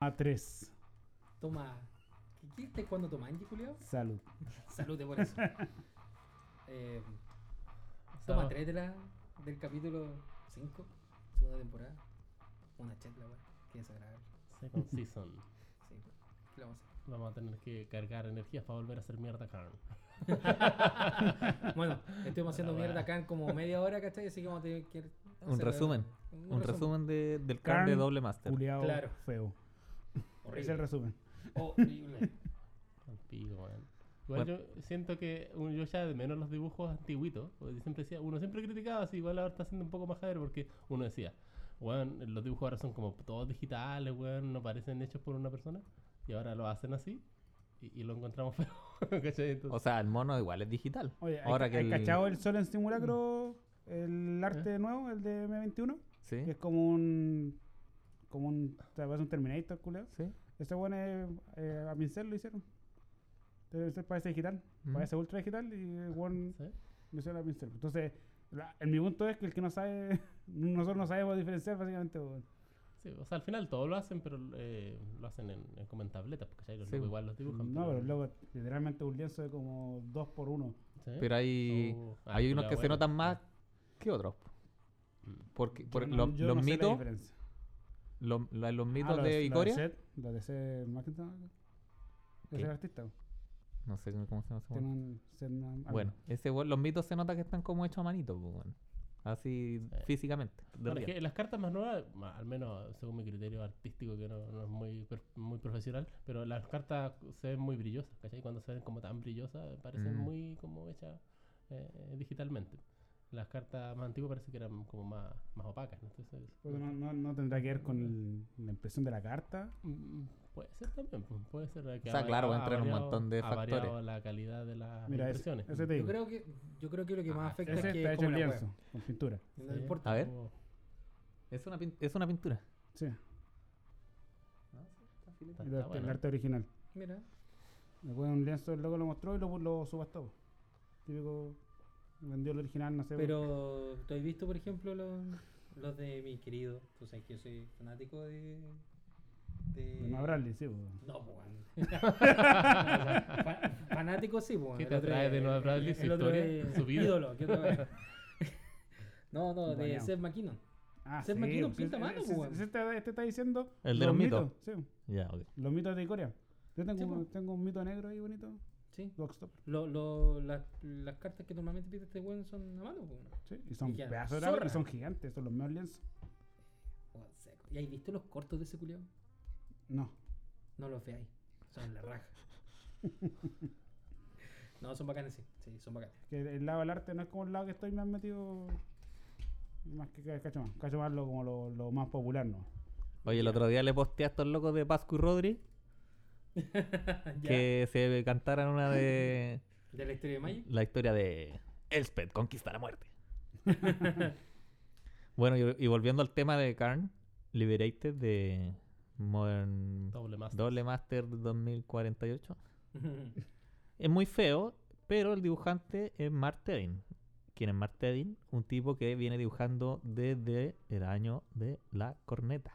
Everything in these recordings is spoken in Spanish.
A tres. Toma. ¿Qué, qué estás jugando toma, Angie, culiao? Salud. Salute por eso. Eh, toma 3 de la, del capítulo 5, segunda temporada. Una chatla, weón. Qué desagradable. Second Season. Sí, weón. ¿Qué le vamos a Vamos a tener que cargar energías para volver a hacer mierda, Khan. hacer? bueno, estuvimos haciendo La weá. mierda acá en como media hora, ¿cachai? Así que vamos a tener que. Un resumen. Un resumen de- del card de doble master. Culeado Claro. feo. Es Horrible. el resumen. Horrible. Al pico, man. Igual yo siento que un- yo ya de menos los dibujos antiguitos, porque siempre decía, uno siempre criticaba, así igual ahora está siendo un poco majadero porque uno decía, bueno, los dibujos ahora son como todos digitales, weón, no parecen hechos por una persona, y ahora lo hacen así, y, y lo encontramos feo, ¿cachai? O Entonces, sea, el mono igual es digital. Oye, ¿hay- Ahora ¿hay, que el... cachado el sol en simulacro? El arte nuevo, el de M21. Sí, que es como un. Como un. O sea, parece un Terminator, culeo. sí. Ese bueno eh, a pincel lo hicieron. Debe ser parece digital. Mm. Parece ultra digital y el weón ¿sí? lo hicieron a pincel. Entonces, la- en mi punto es que el que no sabe. Nosotros no sabemos diferenciar, básicamente. weón. Sí, o sea, al final todo lo hacen, pero eh, lo hacen en, en como en tabletas, porque ¿cachai? Los Sí. locos igual los dibujan. No, pero luego, literalmente un lienzo de como 2 por 1 ¿sí? Pero hay, Oh, ah, hay unos culiao, que se bueno. notan más que otros. Porque, por- no, los, yo los no sé la mitos, diferencia. los, la- los mitos Ah, los- de Icoria. Los de Seth, los de Seth MacIntosh, ¿Qué? Es el artista. weón. No sé cómo se llama. ese Tiene weón. un- Seth Ma- algo. Bueno, ese, weón- los mitos se nota que están como hechos a manito, pues, weón. así físicamente. de Bueno, es real. que las cartas más nuevas, ma- al menos según mi criterio artístico, que no, no es muy, per- muy profesional, pero las cartas se ven muy brillosas, ¿cachai? Cuando se ven como tan brillosas, parecen Mm. muy como hechas eh, digitalmente. Las cartas más antiguas parece que eran como más, más opacas, ¿no? Entonces, Porque no, no, no tendrá que ver con el- la impresión de la carta. mm, puede ser también, pu- puede ser que O sea, claro, va a ha entrar un variado- montón de ha variado factores. la calidad de las Mira, ese, impresiones. ese te Yo digo. creo que, yo creo que lo que Ah, más afecta Ese es que está es hecho como en la lienzo, hueá. con pintura. No Sí. importa. A ver. O- Es, una pin- es una pintura. Sí, está- el, está arte- el bueno. arte original. Mira. Me acuerdo un lienzo, el loco lo mostró y lo, lo subastó. Típico, vendió el original, no sé. Pero tú has visto, por ejemplo, los, los de mi querido. Tú sabes que yo soy fanático de. de... No Bradley, sí. pues. No, pues. weón. Fa- fanático, sí, pues. ¿Qué El te otro atrae es- de Noah Bradley, su el otro historia, es su vida? ídolo, ¿qué otra vez? No, no, de Bañado. Seth MacKinnon. Ah, Seth MacKinnon pues, pinta ese- malo, ese- pues, ese te, este está diciendo. El de los mitos. Sí, Ya, ok. los mitos de Corea. Yo tengo, Sí, un- pues. tengo un mito negro ahí bonito. Sí. Lockstop. Lo, lo, las, las cartas que normalmente pide este weón son a mano, pues. weón. Sí, y son Y ya, pedazos de tabla, y zorra. son gigantes, son los mejores lienzos. Weón, seco. ¿Y has visto los cortos de ese culiao? No, No los veáis. Son la raja. no, son bacanes, sí. Sí, son bacanes. que el lado del arte no es como el lado que estoy más metido. Más que ca- cacho más. Cacho más lo, como lo, lo más popular, ¿no? Oye, el otro día le posté a estos locos de Pascu y Rodri Ya, que se cantaran una de De la historia de Magic. la historia de Elspeth conquista la muerte. bueno, y, y volviendo al tema de Karn, Liberated de Modern Doble Masters. Doble Master 2048. Es muy feo, pero el dibujante es Mark Tedin. ¿Quién es Mark Tedin? Un tipo que viene dibujando desde el año de la corneta.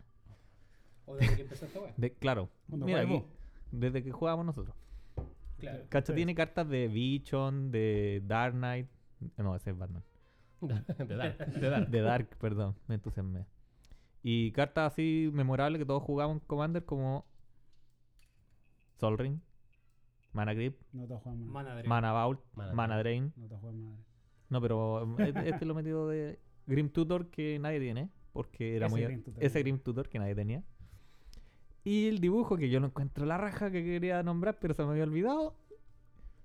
o desde que empezó esta weá. De, claro, Cuando mira, jugáis aquí, desde que jugábamos nosotros. Claro. Cacho Sí. tiene cartas de Bichon, de Dark Knight. No, ese es Batman. de dar, de dar. De Dark, perdón, me entusiasmé. Y cartas así memorables que todos jugaban en Commander como Sol Ring, Mana Grip, No te juegas madre. Mana Drain. Mana Vault, Mana Mana Drain. No te juegas madre. No, pero um, e- este lo he metido de Grim Tutor que nadie tiene, porque era Ese muy Grim Tutor. ese Grim Tutor que nadie tenía. Y el dibujo que yo no encuentro la raja que quería nombrar, pero se me había olvidado,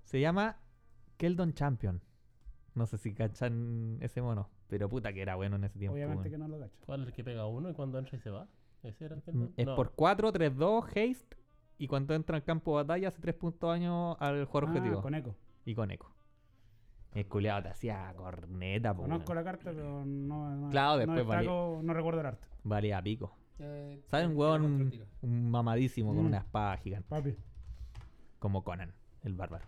se llama Keldon Champion. No sé si cachan ese mono, pero puta que era bueno en ese tiempo. Obviamente weón. que no lo cacho. ¿Cuál es el que pega uno y cuando entra y se va? ¿Ese era el que Mm, entra? Es No. por 4, 3, 2, haste. Y cuando entra al campo de batalla hace 3 puntos daño al jugador Ah, objetivo. con eco. Y con eco. El culiado te hacía corneta, po, Conozco weón. la carta, pero no. no Claro, no después destaco- No recuerdo el arte. Valía pico. Eh, ¿Saben un tiene cuatro huevón tiros. un mamadísimo con Mm. una espada gigante? Papi. Como Conan, el bárbaro.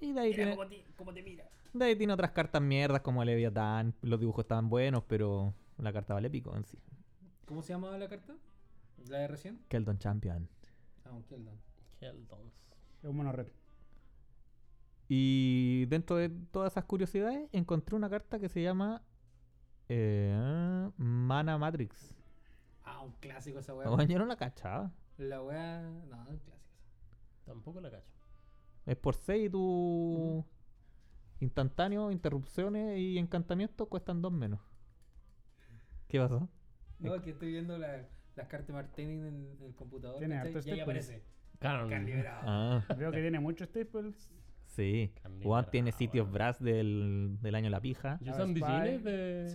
Y de ahí, Mira tiene, cómo te, cómo te mira. de ahí tiene otras cartas mierdas como Leviatán. Los dibujos estaban buenos, pero la carta vale pico en sí. ¿Cómo se llamaba la carta? ¿La de recién? Keldon Champion. Ah, un Keldon. Keldons. Es un monorred. Y dentro de todas esas curiosidades encontré una carta que se llama eh, Mana Matrix. Ah, un clásico esa weá. Bueno, yo no la cachaba. La weá. No, un clásico. Tampoco la cacho. Es por 6 y tu Mm. instantáneo, interrupciones y encantamiento cuestan 2 menos. ¿Qué pasó? No, es que estoy viendo la- las cartas Martini en, en el computador. Tiene ¿cachai? hartos Y ahí tipos. este, pues. aparece. Carn. Can liberado. Ah, Veo que tiene muchos staples. sí. Carne Juan liberada, tiene sitios weón. brass del, del año La Pija. A Yusan Ah, Spy. Dijin es de.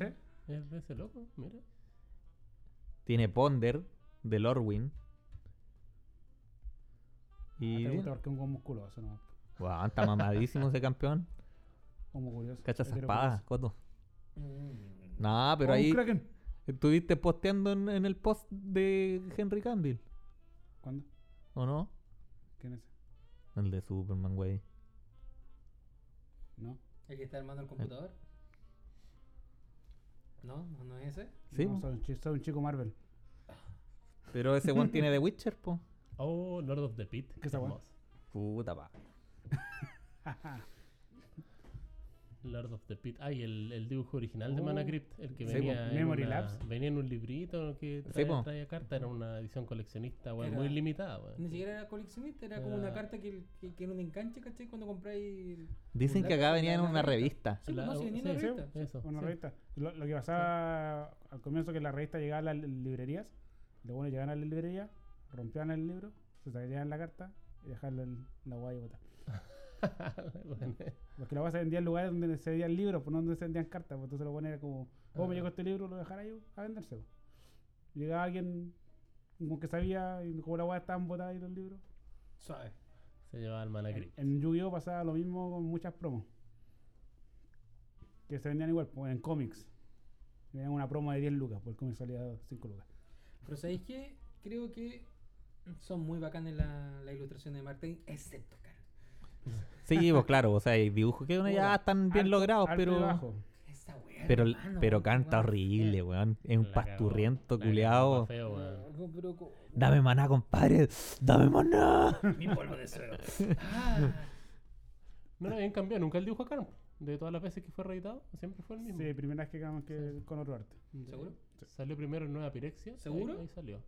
Sí. Es de ese loco, mira. Tiene Ponder del Orwin. Y. Ah, te bien. gusta porque es un musculoso, ¿no? Guau, está mamadísimo ese campeón. Como curioso. Cacha esa Hetero espada, curioso. Coto. Mm. No, pero Oh, un ahí Kraken. estuviste posteando en, en el post de Henry Cavill, ¿Cuándo? ¿o no? ¿Quién es? ese? El de Superman, güey. No. ¿El que está armando el computador? No, no, no es ese. Sí, No, po. soy un, chi- soy un chico Marvel. pero ese Juan tiene The Witcher, po. Oh, Lord of the Pit. ¿Qué está guay? hermoso. Puta pa. Lord of the Pit. Ay, el, el dibujo original de Oh. Manacrypt, el que Sí, venía, po. en Memory una- Labs. venía en un librito que Sí, trae- po. traía carta, era una edición coleccionista, weón, Era- muy limitada. weón. Ni siquiera era coleccionista, era como Ah. una carta que, que, que era un enganche, ¿cachai? Cuando compráis. el- Dicen la- que acá la- venía en la una revista. revista. Sí, pues, La- no, sí, venía en sí, la sí, revista. Eso. Una sí. revista. Lo, lo que pasaba al comienzo que la revista llegaba a las li- librerías, los buenos llegaban a las librerías, rompían el libro, se sacaban la carta y dejaban la, la guay y botar. Bueno, Porque la guay se vendía en lugares donde se vendían libros, pues no donde se vendían cartas, pues entonces lo ponían como, oh, Ah. me llegó este libro, lo dejará yo a venderse. pues. Llegaba alguien como que sabía, y como la guay estaban botada ahí los libros. Suave. Se llevaba el En, Manacrypt. en Yu-Gi-Oh pasaba lo mismo con muchas promos. Que se vendían igual, pues, en cómics. Tenían una promo de 10 lucas, pues el cómic salía 5 lucas. Pero ¿sabéis qué? Creo que son muy bacanes la, la ilustración de Martín, excepto acá. Sí, pues claro, o sea, hay dibujos que uno ya Puta, están bien Alto- logrados, alto y Ah, pero. bajo. Esa weá. Pero, hermano, pero weón, canta weón. horrible, weón. Es un La cagó, pasturriento, la cagó, culeado. está feo, weón. Pero- pero co- Dame maná, compadre. Dame maná. Mi polvo de suelo. Ah, No lo habían cambiado nunca el dibujo a Carm. De todas las veces que fue reeditado, siempre fue el mismo. Sí, primera vez que hagamos que con otro arte. De- ¿Seguro? Salió primero en Nueva Pirexia. y ahí- ¿Seguro? Ahí, salió.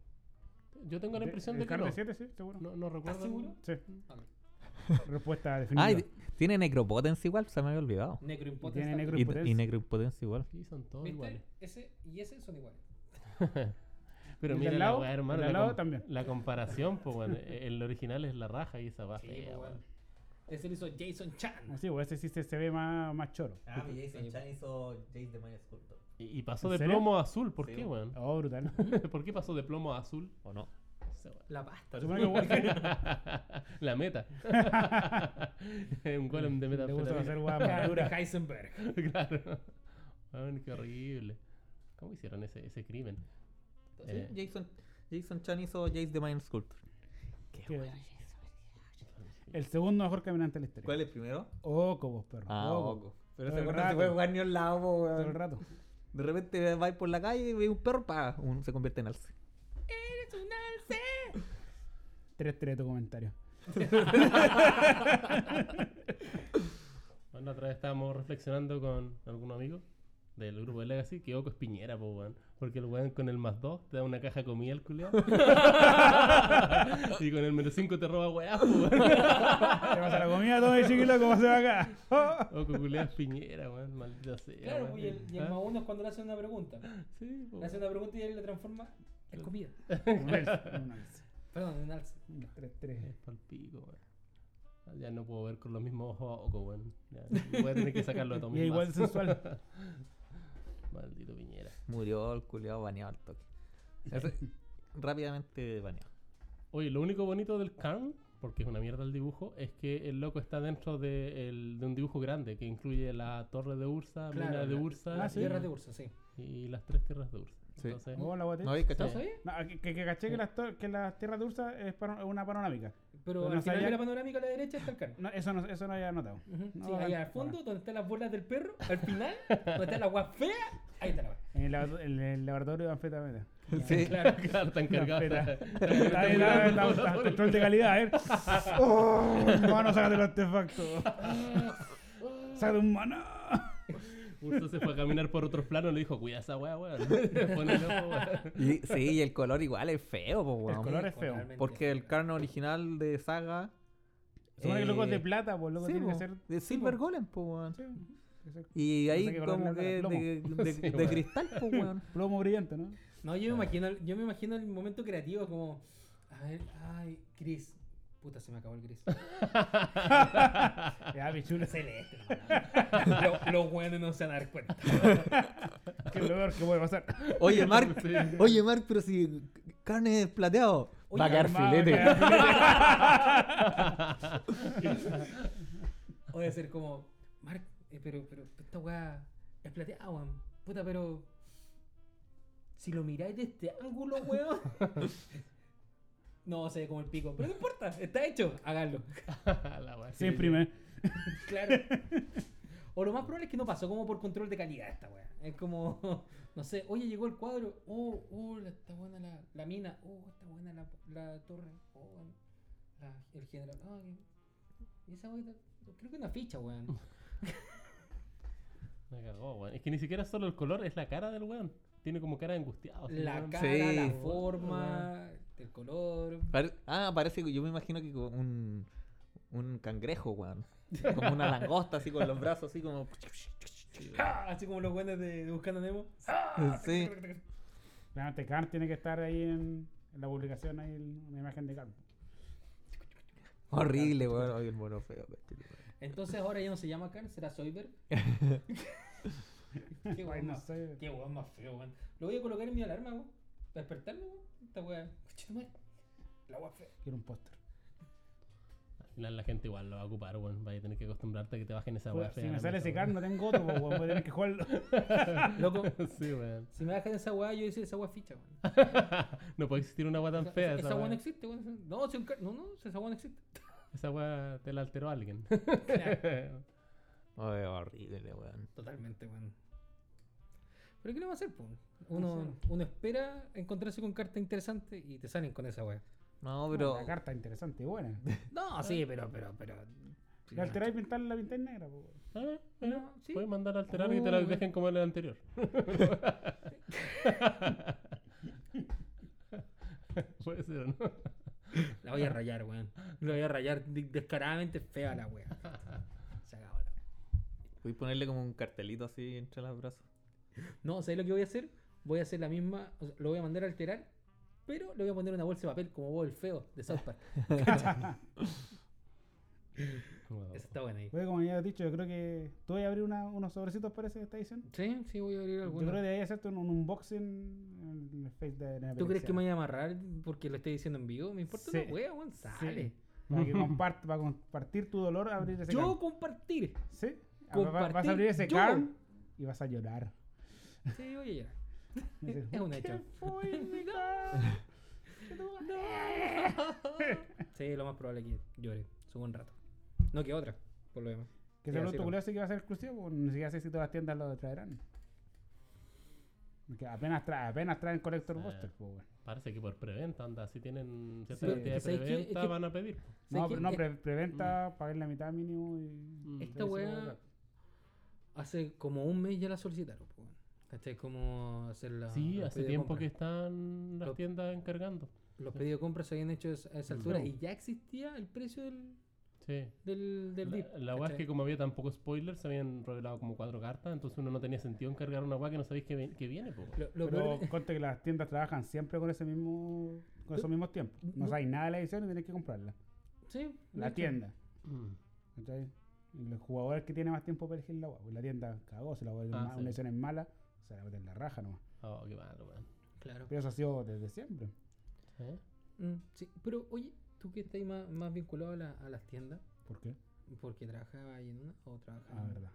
Yo tengo la De- impresión el de que Carne no. 7, sí, seguro. No, no recuerdo. seguro? Sí. Ok. Respuesta definitiva. Ay, tiene necropotence igual, se me había olvidado. Necroimpotencia Tiene también. Y, Necropotence. y necropotence igual. Sí, son todos iguales. ¿Viste? Ese y ese son iguales. Pero El de mira al la lado, weá, el hermano. de al la lado com- también. La comparación, pues, weón. El original es la raja y esa va Sí, fea, po, weón. weón. Ese lo hizo Jason Chan. Así, pues ese sí se, se ve más, más choro. Ah, mi Jason Chan hizo Jace de Maya Sculptor. Y, y pasó ¿En de serio? plomo a azul, ¿por Sí, qué, weón. weón? Oh, brutal. ¿Por qué pasó de plomo a azul? ¿O no? Esa weá. La pasta. Supone que bueno, la meta. Un golem de meta. le gusta hacer guay Cara más de dura. Heisenberg. claro. Weón, qué horrible. ¿Cómo hicieron ese, ese crimen? Eh. Jason, Jason Chan hizo Jace de Maya Sculptor. Que- El segundo mejor caminante de la historia. ¿Cuál es primero? Oco, vos, perro. Ah, Oco. Oco. Pero Todo ese el weón no se rato. puede jugar ni a un lado, po, Todo el weón. rato. De repente vais por la calle y ve un perro, pa, uno se convierte en alce. Tres, tres de tu comentario. Bueno, otra vez estábamos reflexionando con algún amigo del grupo de Legacy que Oco es piñera, po, weón. Porque el weón con el más 2 te da una caja de comida al culiado. y con el menos 5 te roba weá, po, weón. Te vas a la comida todo de chiquilo, ¿cómo se va acá? Oco culiado es piñera, weón. Maldita sea. Claro, weón. pues, y el, y el ¿Ah? más uno es cuando le hacen una pregunta. Sí, po, Le hacen una weón. pregunta y él le transforma en comida. Un alce, un alce. Perdón, en alce. Un Tres, tres. Es pa'l pico, weón. Ah, Ya no puedo ver con los mismos ojos a Oco, weón. Ya, voy a tener que sacarlo de Tommy. Y es igual Mas. sensual. Maldito piñera. Murió el culiado baneado al toque. Ese- rápidamente baneado. Oye, lo único bonito del Karn, porque es una mierda el dibujo, es que el loco está dentro de, el- de un dibujo grande que incluye la torre de Ursa, mina Claro, de la- Ursa Ah, Las sí. tierras de Ursa, sí. y, y las tres tierras de Ursa. Sí. Entonces, Oh, la guaté. ¿No habéis cachado? ¿No sabía? No, que, que- que caché que las, to- que las tierras de Ursa es para- es una panorámica. Pero Pero al no final sabía- de la panorámica a la derecha está el carro. No, eso, no, eso no había notado. Ujú. No, sí, ahí bacán, al fondo, donde están las bolas del perro, al final, donde están las guas feas, ahí está la guas. En el, labo- en el laboratorio de anfetamina. Sí. Claro, claro, están cargados. Está bien, está bien, está bien, está- Control de calidad, ¿eh? ¡Oh! Mano, sácate el artefacto. Sácate un mano. Urso se fue a caminar por otros planos y le dijo, cuida esa weá, weón. Pone el ojo, weón. Y- sí, y el color igual es feo, po, El weón. color es feo. realmente Porque es el carno original de Saga. Supone que loco es de eh, plata, pues loco sí, tiene que po, ser. de Silver Golem, po, weón. Sí, tiene que ser Y Pensé ahí que como Golem que era de, de- Sí, de weón. cristal, po, weón. Plomo brillante, ¿no? No, yo me Ah. imagino, yo me imagino el momento creativo como, a ver, ay, Chris. Puta, se me acabó el Chris. Ya, pichula. Celeste, no, no, no. Lo- Los buenos no se van a dar cuenta. Que es lo peor que puede pasar. Oye, Mark, Sí. oye, Mark, pero si carne es plateado. Oye, va a quedar armado, filete. va a quedar O de ser como, Mark, eh, pero, pero esta weá es plateada, weón. Puta, pero. Si lo miráis de este ángulo, weón. No, se ve como el pico. Pero no importa, está hecho, háganlo. La weá, Sí, primer. Claro. O lo más probable es que no pasó como por control de calidad esta weá. Es como, no sé, oye, llegó el cuadro. Oh, oh, la- está buena la, la mina. Oh, está buena la, la torre. Oh, la- el general. Ah, que- esa weá, creo que una ficha, weón. Me cagó, weón. Es que ni siquiera es solo el color, es la cara del weón. Tiene como cara de angustiado. así, La weón. cara, Sí. la forma, el color. Pare- ah, parece que yo me imagino que como un, un cangrejo, weón. Como una langosta, así con los brazos, así como. ¡Ja! Ah, Así como los weones de, de Buscando a Nemo. Sí. Realmente, Carl tiene que estar ahí en, en la publicación, ahí en una imagen de Carl. Horrible, weón. Oye, el mono feo. Entonces ahora ya no se llama Khan, será Soyber. Qué Ay, weón no más, sé. qué weón más feo, weón. Lo voy a colocar en mi alarma, weón. Para despertarme, weón. Esta weá. Conchetumare. La weá fea. Quiero un póster. Al final la gente igual lo va a ocupar, weón. Vaya a tener que acostumbrarte a que te bajen esa weá. Pues, Si fea, me la sale puta, ese Carl, no tengo otro, pues, weón, voy a tener que jugarlo. Loco, weón. Sí, weón. si me dejan esa weá, yo voy a decir esa weá es ficha, weón. No puede existir una weá tan Esa- fea. esa- Esa weá. weá no existe, weón. No, si un Khan- no, no, si esa weá no existe. Esa weá te la alteró alguien. Ah, Claro. Oye, horrible, weón. Totalmente, weón. Pero ¿qué le va a hacer, po? Uno, uno espera encontrarse con cartas interesantes y te salen con esa weá. No, Pero... pero. La carta interesante y buena. Ah. No, sí, pero, pero, pero. La alteráis y pintarla la pintáis negra, pues. weón. Ah, No, sí. Puedes mandar a alterar y te la Oh, dejen como en el anterior. Puede ser, ¿o ¿no? La voy a rayar, weón. La voy a rayar de- descaradamente fea la weá. Se acabó la weá. Voy a ponerle como un cartelito así entre los brazos. No, ¿sabes lo que voy a hacer? Voy a hacer la misma. o sea, lo voy a mandar a alterar, pero le voy a poner una bolsa de papel como vos, el feo de South Park. Wow. Esa está buena ahí. Oye, como ya he dicho, yo creo que tú vas a abrir una- unos sobrecitos, parece, de esta edición. Sí, sí, voy a abrir Yo creo que alguna. debería hacerte un, un unboxing en el Face de de ¿Tú crees Neperexia. que me voy a amarrar porque lo estoy diciendo en vivo? Me importa Sí. una wea, weón. Sale. Para que compart- para compartir tu dolor, abrir ese Yo can. compartir. ¿Sí? Ah, va- va- Vas compartí a abrir ese yo. can y vas a llorar. Sí, voy a llorar. Y dices, Es un "¿Qué hecho". fue mi can?". Sí, lo más probable es que llore. Subo un rato. No que otra, por lo demás. que ese Sí, así producto no. culiao sí que va a ser exclusivo, pues, ni siquiera sé si todas las tiendas lo traerán. Que apenas, tra- apenas traen Collector Sí. Buster, pues, weón. Parece que por preventa, anda. Si tienen cierta Sí, cantidad de es que- es que- es preventa, que- van a pedir. No, ¿Sabes qué? pre- no Eh, pre- preventa, pagar la mitad mínimo y. Mm. y Esta eso weá- va a durar. Hace como un mes ya la solicitaron, po, weón. ¿Cachai? Como hacer la. Sí, Ah, los pedidos hace de tiempo compra. que están las Lo- tiendas encargando. Los pedidos de compra se habían hecho a esa a esa Mm. altura y ya existía el precio del. Sí. del. del La- VIP, La weá es ¿cachai? que como había tan pocos spoilers, se habían revelado como cuatro cartas, entonces uno no tenía sentido encargar una weá que no sabéis que, ven- que viene, po. Lo, Pero lo peor es- conte que las tiendas trabajan siempre con ese mismo. con esos mismos tiempos. No no- sabes nada de la edición y tenés que comprarla. Sí, La es que- tienda. Mm. ¿Cachai? Y El jugador que tiene más tiempo para elegir la weá. pues la tienda cagó, si la weá es Ah, ma- sí. una edición es mala, se la meten en la raja nomás. Oh, qué malo, weón. Claro. Pero eso ha sido desde siempre. ¿Eh? Mm, sí, pero oye, tú que estás más, más vinculado a, la- a las tiendas, ¿Por qué? porque trabajabas ahí en una o trabajabas. Ah, en- verdad.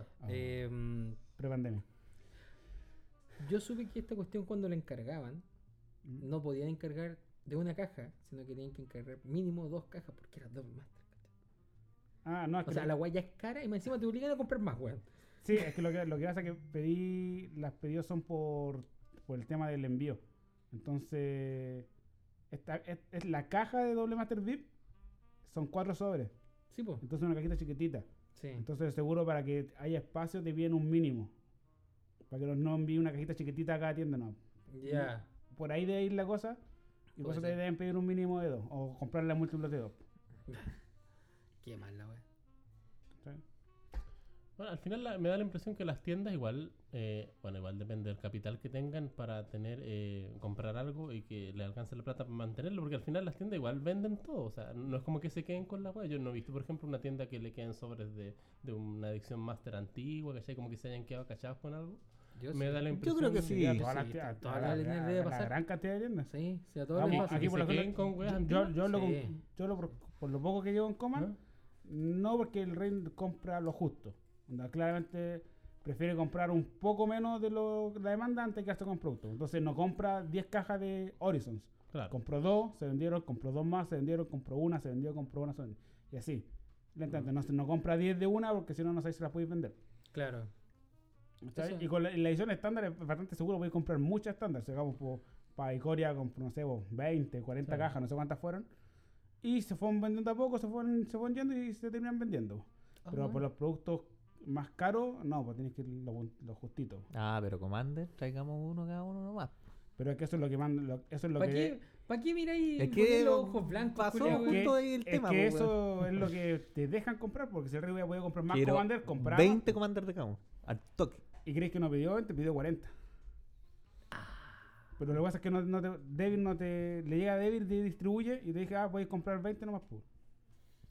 ok. Ah, Em, Prepandemia. yo supe que esta cuestión cuando la encargaban, Mm. no podían encargar de una caja, sino que tenían que encargar mínimo dos cajas porque era doble master. ¿cachai? Ah, no, es O que sea, la guaya es cara y más encima te obligan a comprar más, weón. Sí, es que lo que, lo que pasa es que pedí, las pedidos son por, por el tema del envío. Entonces, esta, es, es la caja de doble Master VIP son cuatro sobres. Sí, pues. Entonces, una cajita chiquitita. Sí. Entonces, seguro para que haya espacio te piden un mínimo. Para que los no envíen una cajita chiquitita a cada tienda, no. Ya. Por ahí de ir la cosa. Y por Puede eso te ser. deben pedir un mínimo de dos. O comprar la múltiples de dos. Qué mal la wea. ¿sí? Bueno, al final la- me da la impresión que las tiendas igual, eh, bueno, igual depende del capital que tengan para tener, eh, comprar algo y que le alcance la plata para mantenerlo, porque al final las tiendas igual venden todo, o sea, no es como que se queden con la hueá. Yo no he visto, por ejemplo, una tienda que le queden sobres de, de una adicción master antigua, ¿cachai? Como que se hayan quedado cachados con algo. Yo Me sí. da la Yo impresión creo que de sí. a Sí, todas las sí, tiendas- todas a las la- líneas a debe la pasar. gran cantidad de tiendas. Sí, sí, a todos Vamos, les que- pasa. aquí que por se lo que- queden con weas yo- yo, antiguas. yo lo, Sí. con- yo lo por, por lo poco que llevo en coma, ¿Ah? no porque el rey compra lo justo. Onda, claramente prefiere comprar un poco menos de lo, la demanda antes que hacer con producto. Entonces no compra 10 cajas de Horizons. Claro. Compró dos, se vendieron, compró dos más, se vendieron, compró una, se vendió, compró una, se vendió. Y así. Lentamente, no, se- no compra 10 de una porque si no, no sabéis si las podéis vender. Claro. ¿Cachai? Eso- Y con la, la edición estándar es bastante seguro, podéis comprar muchas estándar. Llegamos para Icoria, compró, no sé, po, 20, 40 Claro. cajas, no sé cuántas fueron. Y se fueron vendiendo a poco, se fueron, se fueron yendo y se terminan vendiendo. Ah, Pero por bueno. los productos más caros, no, pues tienes que ir lo, bun- lo justito. Ah, pero Commander, traigamos uno cada uno nomás. Pero es que eso es lo que manda, lo- eso es lo ¿Para que... qué, pa' qué miráis Es por que qué los ojos blancos? pasó culiao, es weón? que- justo ahí el es tema. que po, weón. eso es lo que te dejan comprar, porque si el rey hubiera podido comprar más Quiero Commander, compraba. 20 Commander de cada uno. Al toque. Y crees que no pidió, te pidió 40. Pero lo que pasa es que no, no te, Devil no te. Le llega a Devil, te distribuye y te dice, ah, puedes comprar 20 nomás. po".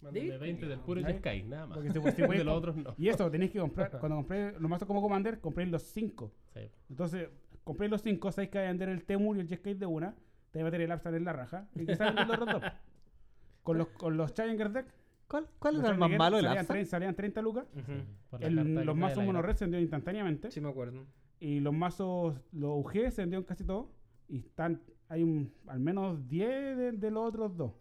Mándame David 20 del puro Ahí. Jeskai, nada más. ¿Eh? Porque se- se puede de los com- otros no. Y eso, tenés que comprar. cuando compré los mazos como Commander, compré los 5. Sí. Entonces, compré los 5, 6 que hay a vender el Temur y el Jeskai de una. Te voy a meter el Abstar en la raja y te salen los otros dos. Con los, con los Challenger Deck. ¿Cuál, cuál los era el más Challenger malo del salían, Absa? tre- salían 30 lucas. Ujú. Por la El- carta que los trae mazos la monored granja. se vendieron instantáneamente. Sí, me acuerdo. Y los mazos, los UG se vendieron casi todos. Y están, hay un, al menos 10 de, de los otros dos.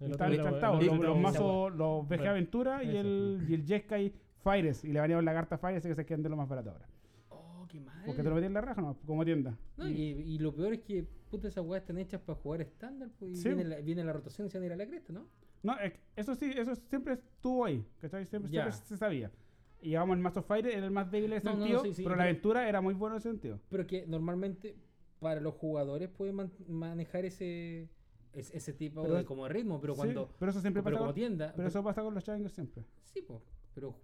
El otro están era- encantados. el Los, otro los era- mazos, los BG Bueno, Aventura y ese. el, y el Jeskai Fires. Y le banearon la carta Fires, así que se quedan de lo más barato ahora. Oh, qué mal. Porque te lo metí en la raja, nomás, como tienda. No, y, y lo peor es que puta, esas weas están hechas para jugar estándar. Pues, y Sí. viene, la, viene la rotación y se van a ir a la cresta, ¿no? No, es que eso sí, eso siempre estuvo ahí. ¿cachai? Siempre, Ya. siempre se sabía. Y digamos, el mazo Fires era el más débil en ese No, no, no, sentido, sí, sí, pero la pero- aventura era muy buena en ese sentido. Pero que normalmente para los jugadores pueden man- manejar ese, es- ese, tipo Pero de es- como ritmo, pero Sí, cuando. pero eso siempre pero pasa como con, tienda. pues, Pero eso pasa con los challengers siempre. Sí, pues. Pero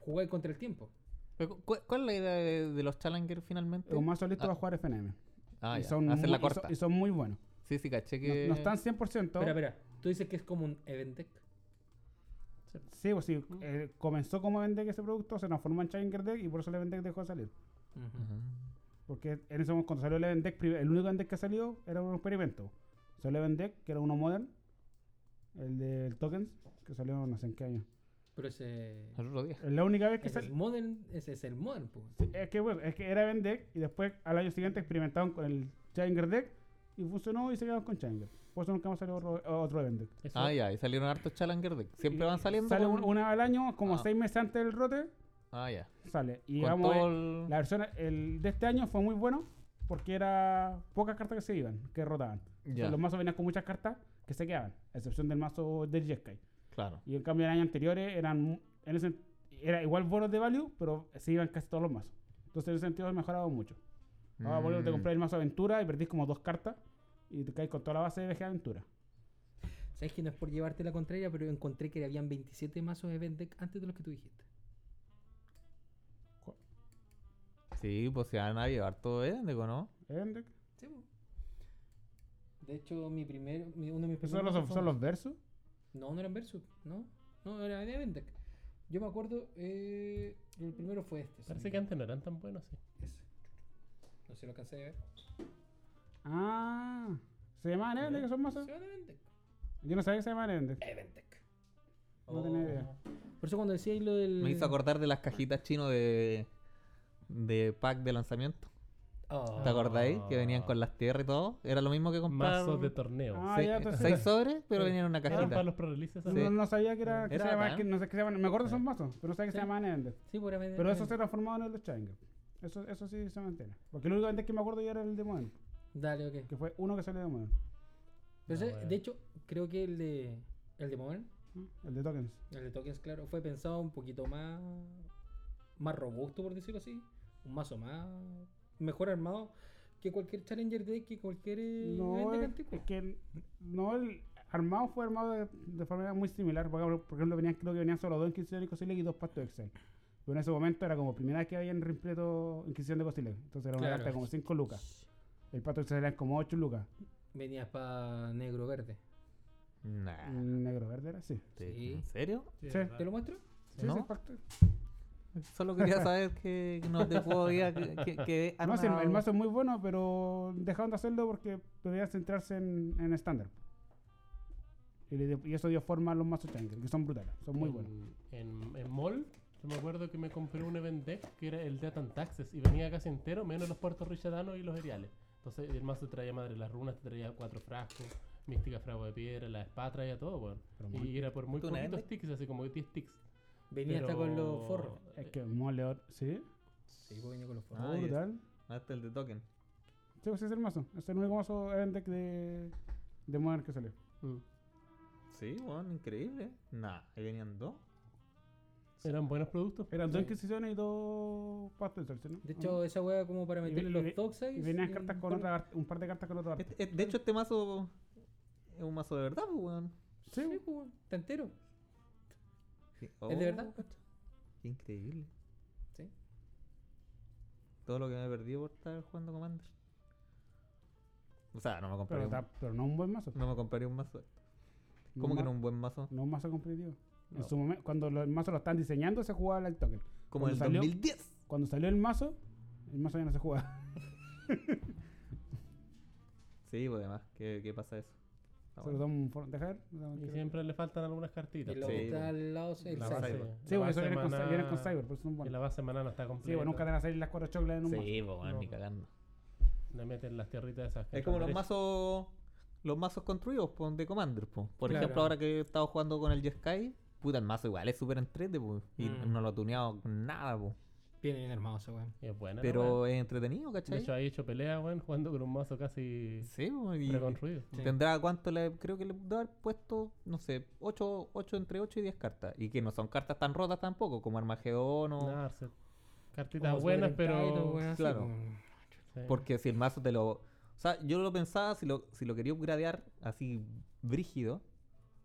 jugáis contra el tiempo. Pero cu- ¿Cuál es la idea de, de los Challenger Eh, finalmente? Un mazo listo Ah. va a jugar FNM. Ah, y ya, son hacer la muy- y son- corta. Eh, Y son muy buenos. Sí, sí, caché No, que... no están 100%. Espera, espera. Tú dices que es como un event deck. Sí, pues sí. eh, comenzó como vender ese producto, se transformó en Challenger Deck y por eso el Event Deck dejó de salir. Ujú. Porque en ese momento, cuando salió el Event Deck, pri- el único Event Deck que salió era un experimento. Salió el Event Deck, que era uno modern, el del Tokens, que salió no sé en qué año. Pero ese. Al otro día. Es la única vez que ese es salió. modern. Ese es el modern, pues. Es que bueno, es que era Event Deck y después al año siguiente experimentaron con el Challenger Deck y funcionó y se quedaron con Challenger. Por eso nunca más salió otro, otro Event Deck. Eso- Ah, ya, y salieron hartos Challenger Deck. Siempre Y- van saliendo. Sale con- un- una al año, como Ah. seis meses antes del rote, Ah, ya. sale. Y Con vamos. todo el- La versión el de este año fue muy bueno porque era pocas cartas que se iban, que rotaban. O sea, Ya, los mazos venían con muchas cartas que se quedaban, a excepción del mazo del Jeskai. claro. Y en cambio, en años anteriores eran mu- en ese, era igual bonos de value, pero se iban casi todos los mazos. Entonces, en ese sentido, ha mejorado mucho. Ahora, por ejemplo, te Mm. compré el mazo Aventura y perdís como dos cartas y te caes con toda la base de VG Aventura. Sabes que no es por llevarte la contraria, pero encontré que habían 27 mazos event deck antes de los que tú dijiste. Sí, pues se van a llevar todo Endeco, ¿no? Event Deck. Sí, po. De hecho, mi primer, mi- uno de mis ¿Esos primeros son los, mazos son fue- los versos? No, no eran Versus, no. No, era de Event Deck. Yo me acuerdo, eh, el primero fue este. Parece que antes no eran tan buenos, sí. Ese. No sé si lo alcancé a ver. Ah, se llamaban Event Deck esos mazos. Se llama Event Deck. Yo no sabía que se llamaban Event Deck. Event Deck. No Oh. tenía idea. Por eso cuando decíais lo del... Me hizo acordar de las cajitas chino de, de pack de lanzamiento. Oh. ¿Te acordáis? Que venían con las tierras y todo. Era lo mismo que comprar. Mazos de torneo. Ah, se- ya, entonces- seis sobres, pero Sí. venían en una ¿Eran para cajita. los proreleases? No, Sí. no sabía que era. Que Era se llama, bacán. que no sé qué se llaman- Me acuerdo son mazos, pero no sabía que Sí. se llamaban Evender. Sí, puramente. Pero eso se transformaron en los Challenger. Eso, eso sí se mantiene. Porque el único Evender que me acuerdo yo era el de Modern. Dale, ok. Que fue uno que salió de Modern. Pero Ah, ese- bueno. De hecho, creo que el de. El de Modern, ¿no? El de Tokens. el de Tokens, claro, fue pensado un poquito más. Más robusto, por decirlo así. Un mazo más. Mejor armado que cualquier Challenger Deck, que cualquier. eh, No, evento es, antiguo. es que no el armado fue armado de, de forma muy similar. Por ejemplo, por ejemplo, venían, creo que venían solo dos Inquisición de Cosileg y dos Pactos de Excel. Pero en ese momento era como primera vez que habían reimpreso Inquisición de Cosileg. Entonces era una Claro. carta de como 5 lucas. El Pacto de Excel eran como 8 lucas. Venías para negro verde. Nah. Negro verde era, Ah. sí. ¿te- Sí. ¿En serio? Sí, Ah. ¿Te lo muestro? sí, ¿No? sí, el Pacto- Solo quería saber que no te podía. Que, que, que No, sí, el, el armado. mazo es muy bueno, pero dejaron de hacerlo porque debían centrarse en en estándar. Y, le dio- y eso dio forma a los mazos Challenger, que son brutales, son muy buenos. En, en, en Mall, yo me acuerdo que me compré un event deck que era el Death and Taxes y venía casi entero, menos los puertos richadanos y los eriales. Entonces el mazo traía madre las runas, te traía cuatro frascos, mística frasco de piedra, la espada, traía todo, weón. Pero Y era por muy ¿Tú una poquitos event sticks, así como 10 sticks. Venía hasta Pero- eh, con los forros. Mm. Es que Moleor, sí, Sí, pues venía con los forros. Ah, ya. brutal. Hasta el de token. Sí, pues ese es el mazo. Es el único mazo event deck de, de Modern que salió. Mm. Sí, bueno, increíble. Nah, ahí venían dos. Eran buenos productos. Eran dos Sí. Inquisiciones y dos Pactos de Excel, ¿no? De hecho, esa hueá como para Y ve- meterle y los ve- Toxides. y venían cartas con un par- otra arte- un par de cartas con otra arte. Este- eh, de hecho, este mazo es un mazo de verdad, pues, weón. Sí, Sí, pues, weón, está entero. Sí. Oh, ¿Es de verdad? cacha. Qué increíble. Sí. Todo lo que me he perdido por estar jugando Commander. O sea, no me pero, compraría un, está- pero no un buen mazo. no me compraría un mazo. ¿Cómo un ma- que no un buen mazo? No un mazo competitivo. No. En su momento, cuando los mazos lo están diseñando, se jugaba Black Token. Como en el cuando salió- 2010. Cuando salió el mazo, el mazo ya no se jugaba. Sí, pues además, ¿qué, qué pasa eso? Ah, Se lo bueno. dan for- dejar. dan- Y siempre le faltan algunas cartitas. Y lo Sí, que está pues. al lado es el La Cyber. Cyber. base, pues. Cyber. Sí, porque eso viene con, semana- viene con Cyber, por eso son Y la buenos. base semana no está Sí, completa. bueno, nunca te van a salir las cuatro choclas en un mazo. Sí, pues, weón, ni No. cagando. Le meten las tierritas esas. que Es como los están mazos los mazos construidos po, de Commander, po. Por Claro. ejemplo, ahora que he estado jugando con el Jeskai, puta, el mazo igual es súper entrete, po, y Mm. no lo he tuneado con nada, po. Viene bien armado esa weá. derechas. Y es buena. la Pero weá. es entretenido, De ¿cachai? hecho, ahí he hecho pelea, weón, jugando con un mazo casi sí, po, y reconstruido. Sí. tendrá cuánto le creo que le debe haber puesto, no sé, 8, 8 entre 8 y 10 cartas, y que no son cartas tan rotas tampoco, como Armagedón o Nada, Arcet. Como Cartitas buenas, Cyber Tide o pero. weá así, claro. pues. Sí. Porque si el mazo te lo. O sea, yo lo pensaba, si lo, si lo quería upgradear así brígido,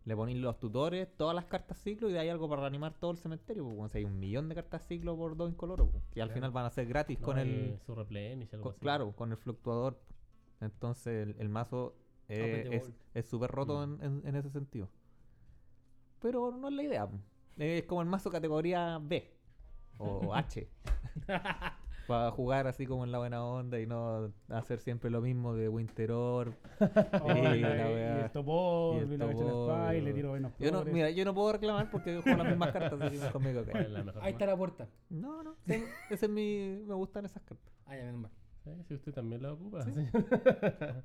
le ponéis los tutores, todas las cartas ciclo y de ahí algo para reanimar todo el cementerio. Pues, bueno, si hay un millón de cartas ciclo por dos incoloro, pues, que al Claro. final van a ser gratis No, con y el. Su replenish, algo con- así. claro, con el fluctuador. Entonces el, el mazo Ah, eh, pues, Open the es vault. es súper roto Mm. en, en- en ese sentido. Pero no es la idea. pues. Es como el mazo categoría B o H. Para jugar así como en la buena onda y no hacer siempre lo mismo de Winteror. Oh, y, la- Y la y wea. el topor, Y y, el la becha en la topor, espada, y y- le tiro venos Yo no, flores. mira, yo no puedo reclamar porque yo juego las mismas cartas, así que mejor me quedo ¿Cuál es callado. la mejor Ahí está la puerta. No, no, sí, ese es mi... Me gustan esas cartas. Ah, ya, menos mal. marca? Sí, Si usted también la ocupa. sí.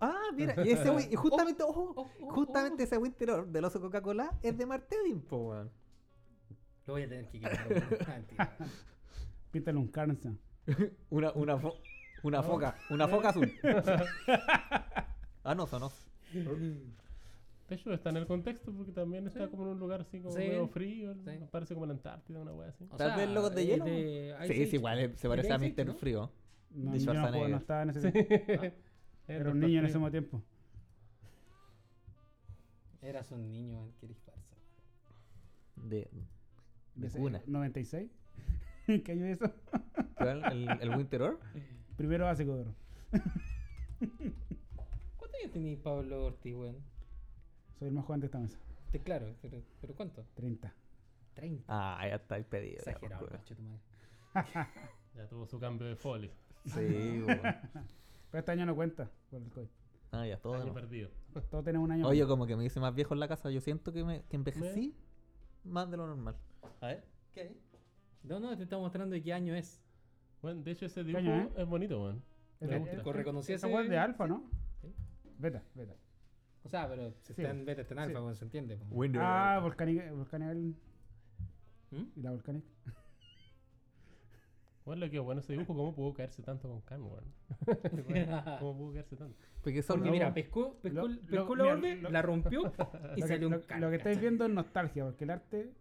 Ah, mira, y ese wi- y justamente, ojo, Oh, oh, justamente ese Winteror del oso Coca-Cola es de Martevin, po, weón. oh. Lo voy a tener que quitar. weón. Ah, mentira. Píntale un Carnsen. Una, una, fo- una Oh. foca, una foca azul. ah, no, sonó. De hecho, está en el contexto porque también está Sí. como en un lugar así como Sí. medio frío. Sí. Parece como la Antártida, una wea Ah, así. O Tal vez logos de eh, hielo, Ice Sí, Age. sí, igual eh, se ¿De parece a Ice Age, Mr. no? Frío. No, De yo no, Schwarzenegger. jugué, no estaba en ese tiempo. Era un Doctor niño en ese Frío. tiempo. Eras un niño, weón, que eres falso. De, de Ese- cuna. 96. ¿Qué año es eso? ¿Cuál? ¿El, el Winteror? Primero básico, bro. ¿Cuántos años tenías, Pablo Ortiz, weón? Soy el más joven de esta mesa. Te- Claro, pero, pero ¿cuánto? 30. 30. Ah, ya está el pedido. ya, Exagerado, weón. coche tu madre. Ya tuvo su cambio de folio. Sí, weón. Pero este año no cuenta por el COVID. Ah, ya todo. Año no. perdido. Todos tenemos un año. Oye, como que me hice más viejo en la casa. Yo siento que, me, que envejecí más de lo normal. A ver. No, no, te estaba mostrando de qué año es. Bueno, de hecho, ese Coño, dibujo ¿eh? es bonito, weón. Me es- gusta. es- Con reconocí Esa ese- weá es de alfa, ¿no? Sí. Beta, beta. O sea, pero si Sí. está en beta, está en Sí. alfa, pues, se entiende. pues. Windows. Ah, Volcanic, Volcanic Island ¿Mm? y la Volcanic. Bueno, lo que bueno ese dibujo, ¿cómo pudo caerse tanto con Khan, weón? ¿Cómo pudo caerse tanto? Porque son Ah, Luego- Porque mira, pescó, pescó, lo- pescó lo- la mira, orden, lo- la rompió y Lo que, salió lo, un can. lo que estáis viendo es nostalgia, porque el arte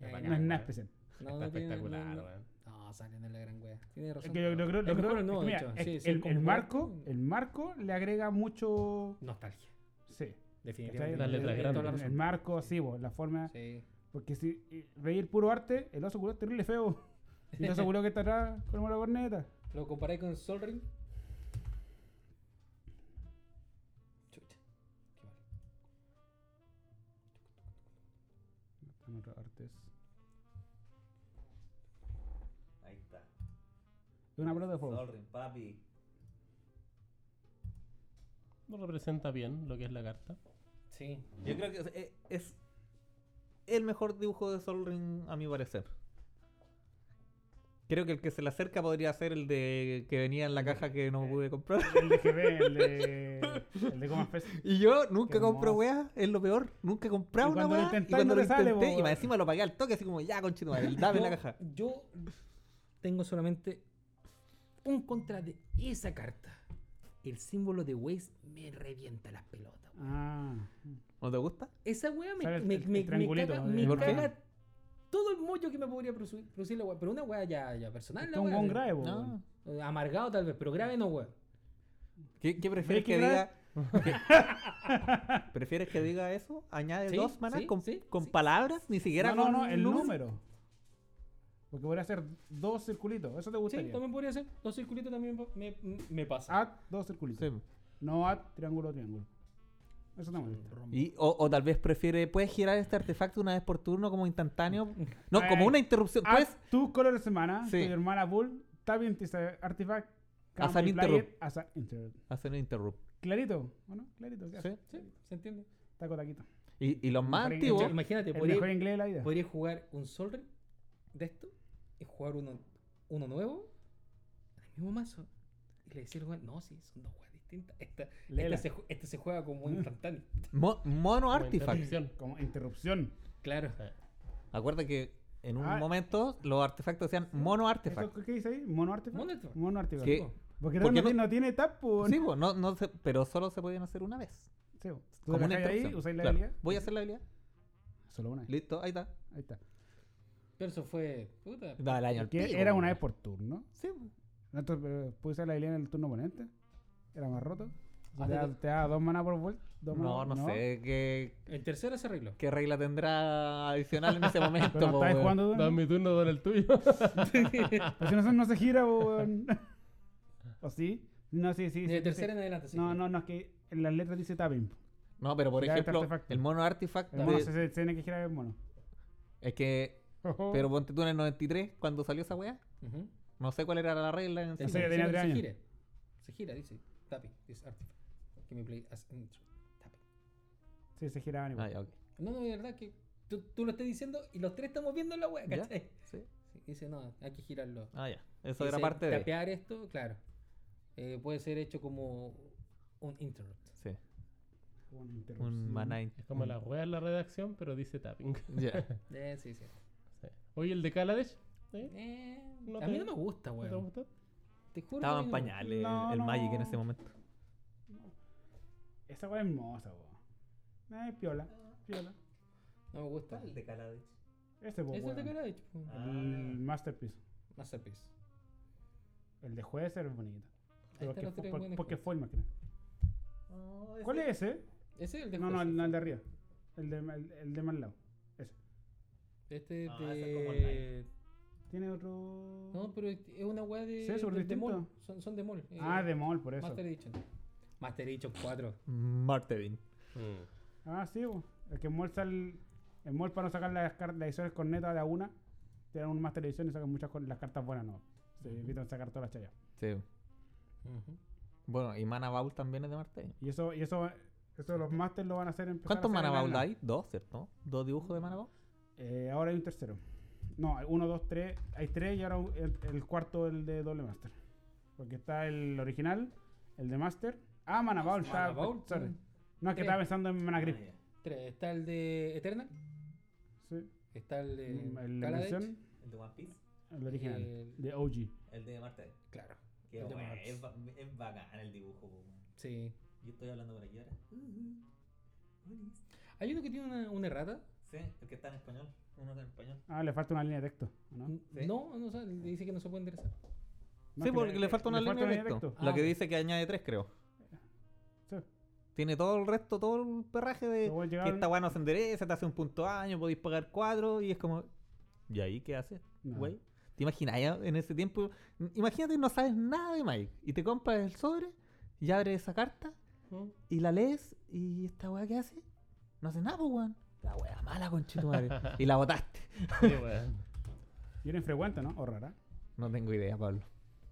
Bacán, no es nada weón. especial. No, Está no tiene- no, espectacular, no. weón. No, salen en la gran wea. Tiene Es razón. que yo- yo creo- Es yo creo- mejor el es nuevo, que de mira, hecho. es Sí, que sí, el, como el jugar- marco, el marco le agrega mucho. Nostalgia. Sí. ¿cachai? Definitivamente. Las El- letras el- Tiene toda la el, grandes. el marco, sí, vos, la forma. razón. Sí. Porque si eh, veis el puro arte, el oso culo es terrible feo. Y el oso culo que está atrás con la corneta. Lo comparé con Sol Ring. Chucha. Qué mal. Están otros artes. Ahí está. Es una pelota de fuego. Sorry, papi. No representa bien lo que es la carta. Sí. Yo creo que eh, es, el mejor dibujo de Sol Ring, a mi parecer. Creo que el que se le acerca podría ser el de que venía en la caja que no pude comprar. El de GB, el de. El de Coma Fest. Y yo nunca Qué compro hermoso. weas, es lo peor. Nunca he comprado Y una cuando lo wea. intentáis, y cuando no lo te sale, intenté, po, y weón. más encima lo pagué al toque, así como ya, conchetumare, dame la Yo- caja. Yo tengo solamente un contra de esa carta. El símbolo de Waze me revienta las pelotas. Ah. ¿No te gusta? Esa wea me, Sale el- me, el- el me- me triangulito, caga, ¿no? me ¿Por qué? caga todo el mollo que me podría prosu- producir la wea. Pero una wea ya, ya personal, Es la un wea, buen sí. grave, po, No. weón. Eh, Amargado tal vez, pero grave no wea. ¿Qué, qué prefieres que que diga? ¿Prefieres que diga eso? Añade Sí, dos manas sí, con, sí, con sí. palabras, ni siquiera No, con no, no, el números. número. Porque podría ser dos circulitos. Eso te Sí, gustaría. también podría ser. Los circulitos también po- me, me pasa. Add dos circulitos. Sí. No add triángulo, triángulo. Eso no me gusta. Y, o, o tal vez prefiere, puedes girar este artefacto una vez por turno como instantáneo. No, como una interrupción. Add Puedes, two color semana, Sí. tu hermana Bull, tapping this uh, artifact, As an play interrupt. it as an interrupt. hacer un interrupt. Clarito, ¿o no? Clarito, ¿qué hace? Sí. Sí, se entiende. Taco taquito. Y, y los más Mejor antiguos. enganche- Imagínate, El mejor podría, inglés de la vida. podría jugar un Sol Ring de esto y jugar uno, uno nuevo en el mismo mazo. Y le decía al weón, no, sí, son dos weas distintas. Esta, Lela. esta se, ju- este se juega como instantáneo. mo- mono Como artifact. interrupción. Como interrupción. Claro. Acuérdate que en un Ah. momento los artefactos decían mono artifact. ¿Eso ¿Qué dice ahí? ¿Mono artifact? Mono artifact. Mono artifact. Que- po. Porque, ¿Por qué no, no? no tiene tap, po, sí, ¿no? po, no, no se- pero solo se podían hacer una vez. Sí, po. Tú Como la una dejáis ahí, interrupción. usáis la Claro. habilidad. Voy a hacer la habilidad. Solo una. vez. Listo, ahí está. Ahí está. Pero eso fue. Puta. Da el año al Que pico, era po, una vez weón. por turno. Sí, po. No, tú, pero puedes usar la habilidad en el turno oponente. Era más roto. O sea, Ah, te, da, pero- te da dos manas por vuelta. dos No, no, manas- sé qué, El tercero se arregló. qué regla tendrá adicional en ese momento. Pero no po, estáis weón. jugando Dame tú. mi turno con el tuyo. Pero si no, se- no se gira, po, weón. ¿O sí? No, sí, sí. El sí, sí, tercero sí. en adelante, sí. No, no, no, es que en las letras dice tapping. po. No, pero por Ya este ejemplo, artefacto. el mono artifact El mono de- se, se- se tiene que girar el mono. es que. Pero ponte tú en el 93, cuando salió esa weá. Ujú. No sé cuál era la regla. En sí. O sea, Sí, tenía sí, tres años. Se gira. Se gira, dice. Tapping, this artifact. Que me play as an intro. Tapping. Sí, se giraban igual. Ah, ya, ok. No, no, de verdad que tú, tú lo estás diciendo y los tres estamos viendo la wea, Ya. ¿cachai? Sí. Sí, dice, no, hay que girarlo. Ah, ya. Eso Dice, era parte de. Tapear esto, claro. Eh, puede ser hecho como un interrupt. Sí. Una Un interrupción. maná. Es como la wea en la redacción, pero dice tapping. Ya. Eh, sí, sí. Sí. Oye, el de Kaladesh. ¿eh? Eh, No a mí te- no me gusta, ¿No te weón. gustó? Te juro. Estaba que en a mí no me pañales No, el no. Magic en ese momento. Esa weá es hermosa, weón. Eh, piola. Piola. gusta. No me gusta. El de Calades. Ese, po, Eso es de weón. cara de chupo. Ah. El masterpiece. Masterpiece. El de juez es bonito. Ahí Pero están que los fue- tres por- buenos porque juegos. fue el máquina. ¿Cuál es ese? Ese es el Pues de No, no, José. el, no, el de arriba. El de, el, el de más lado. Ese. Este es Ah, ese es como de. Tiene otro. No, pero es es una weá de. Sí, súper del- de distinto. mall. Son, son de mall. eh, ah, de mol, por eso. Master Edition. Master Edition 4. Martevin. Mm. Ah, sí, bo. El que en mol sale. En mol para no sacar las, car- las ediciones con neta de a una, tienen un Master Edition y sacan muchas con las cartas buenas, no. Se evitan sacar todas las chayas. Sí. Ujú. Bueno, y Mana Baul también es de Martevin. Y eso, y eso, eso Este. los Masters lo van a hacer empezar a ¿Cuántos hacer Mana en la- Baul hay? Dos, ¿cierto? Dos dibujos de Mana Baul. Eh, ahora hay un tercero. No, hay uno, dos, tres. Hay tres y ahora un- el, el cuarto, el de doble Master. Porque está el original, el de Master. Ah, Mana Bowl, está- Mana mm. Bowl, sorry. sí. No, es que Tres. estaba pensando en Mana Grip. ya. Tres, Está el de Eternal. Sí. Está el Eh, de. Mm, El de Kaladesh, versión, El de One Piece, el original, el- de OG. el de Marte. Claro. Qué El de bueno, Mars. es, ba- es bacán el dibujo. po, weón. Sí. Yo estoy hablando por aquí ahora. Buenísimo. Hay uno que tiene una, una errata. Sí, el que está en español. Uno está en español. Ah, le falta una línea de texto, ¿no? Sí. No, no sabe, le dice que no se puede enderezar. No, Mm, sí, que porque le falta una línea de texto. texto. la Ah, que ok. dice que añade tres, creo. Sí. Tiene todo el resto, todo el perraje de Pero bueno, que llegaron- esta weá no se endereza, te hace un punto año, podéis pagar cuatro y es como. ¿Y ahí qué haces, Nada. Ah, güey? ¿Te imaginas ya en ese tiempo? Imagínate, no sabes nada de Mike y te compras el sobre y abres esa carta ¿Mm? y la lees y esta weá que hace, no hace nada, pues, weón. La weá mala, conchetumare. y la botaste. Sí, weón. Y era infrecuente, ¿no? O rara. No tengo idea, Pablo.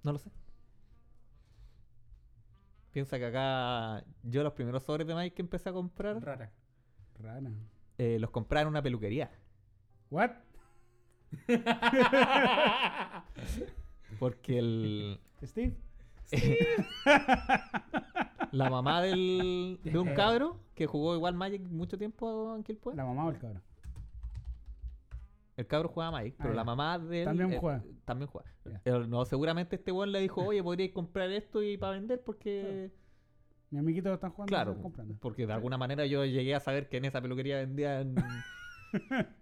No lo sé. Piensa que acá yo los primeros sobres de Mike que empecé a comprar Rara. Rara. eh, los compraba en una peluquería. ¿What? Porque el, Steve. la mamá del, de un cabro que jugó igual Magic mucho tiempo en Kill Eh. La mamá o el cabrón. El cabro jugaba Magic, pero Ah, la ya. mamá de él. También eh, juega. También juega. Ya. Eh, no, seguramente este weón le dijo, oye, podríais comprar esto y para vender porque. Mi amiguito están jugando. Claro, están comprando. porque de alguna manera yo llegué a saber que en esa peluquería vendían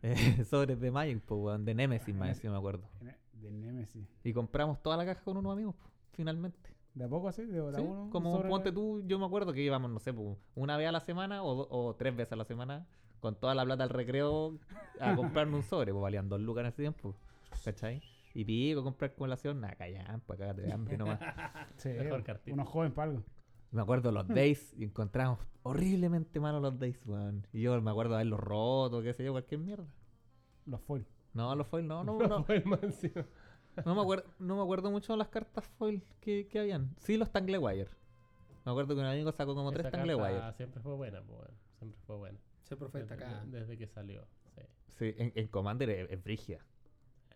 eh, sobres de Magic, po, weón, de Nemesis, Ah, más encima me acuerdo. De Nemesis. Y compramos toda la caja con unos amigos, po, finalmente. ¿De a poco así? ¿De hora Sí, uno? Como sobre- ponte tú, yo me acuerdo que íbamos, no sé, po, una vez a la semana o, do- o tres veces a la semana con toda la plata al recreo a comprarnos un sobre, pues valían dos lucas en ese tiempo, ¿cachai? Y pico, comprar colación, nada, callan, pues cagate de hambre nomás. Sí, Mejor cartita. unos jóvenes para algo. Me acuerdo los days y encontramos horriblemente malos los days, weón. Y yo me acuerdo de haberlos roto, qué sé yo, cualquier mierda. Los foil. No, los foil, no, no, No, no. fue el más encima. No me acuerdo, no me acuerdo mucho de las cartas foil que, que habían. Sí, los Tanglewire. Me acuerdo que un amigo sacó como Esa tres carta Tanglewire. Siempre fue buena, pues, weón. Siempre fue buena. Ser profeta desde, acá. de- desde que salió. Sí. Sí, en, en Commander es, es brígida.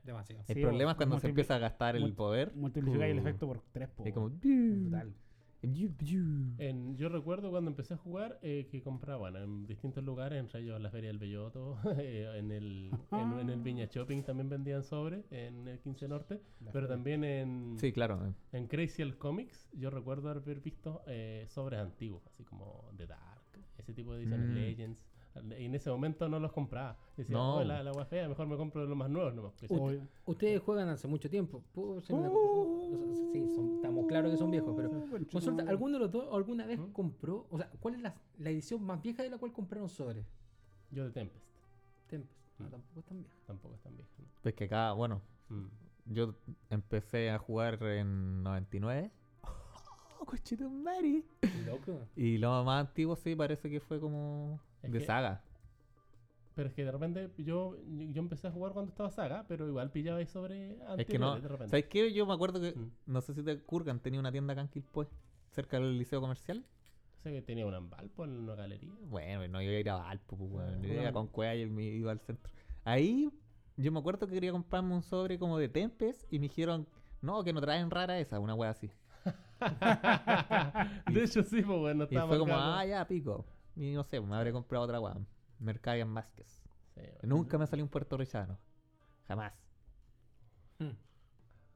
Demasiado. El Sí, problema o- es cuando se multipli- empieza a gastar el multi- poder. Multiplicáis el Uh, efecto por tres, po. Es como. Brutal. Biu, biu. En- yo recuerdo cuando empecé a jugar eh, que compraban en distintos lugares, entre ellos la Feria del Belloto, eh, en, el, en, en el Viña Shopping también vendían sobre, en el 15 Norte, La pero feria. también en, Sí, claro. eh. en Crazy Al Comics. Yo recuerdo haber visto eh, sobres antiguos, así como The Dark, ese tipo de ediciones, Mm. Legends. Y en ese momento no los compraba. Decía, No. "Oh, la, la hueá fea, mejor me compro los más nuevos nomás. porque Obvio. Ustedes juegan hace mucho tiempo. Puh, se me- Uh, sí, son- estamos claros que son viejos, pero. uh, conchetumare. Consulta, ¿alguno de los dos alguna vez ¿Mm? compró? O sea, ¿cuál es la, la edición más vieja de la cual compraron sobres? Yo de Tempest, Tempest. No, Mm. tampoco es tan vieja. tampoco es tan vieja. ¿no? Es que acá, bueno, Mm. Yo empecé a jugar en 99. ¡Oh, Mari! Loco. Y lo más antiguo sí parece que fue como Es de que- saga. Pero es que de repente yo, yo empecé a jugar cuando estaba saga, pero igual pillaba ahí sobre Es que no. anteriores de repente. ¿Sabes qué? Yo me acuerdo que, Mm. no sé si te Kurgan tenía una tienda acá en Quilpué, cerca del liceo comercial. O sea que tenía un ambalpo en una galería. Bueno, no iba a ir a Valpo, pues, weón. Ah, Yo iba bueno. con Cueva y me iba al centro. Ahí yo me acuerdo que quería comprarme un sobre como de Tempest y me dijeron, no, que no traen rara esa, una wea así. de hecho, sí, pues bueno, Y estaba fue como, marcado. ah, ya, pico. Y no sé, me habré comprado otra wea. Mercadian Vázquez. Sí, bueno, Nunca me salió un puertorrichano. Jamás.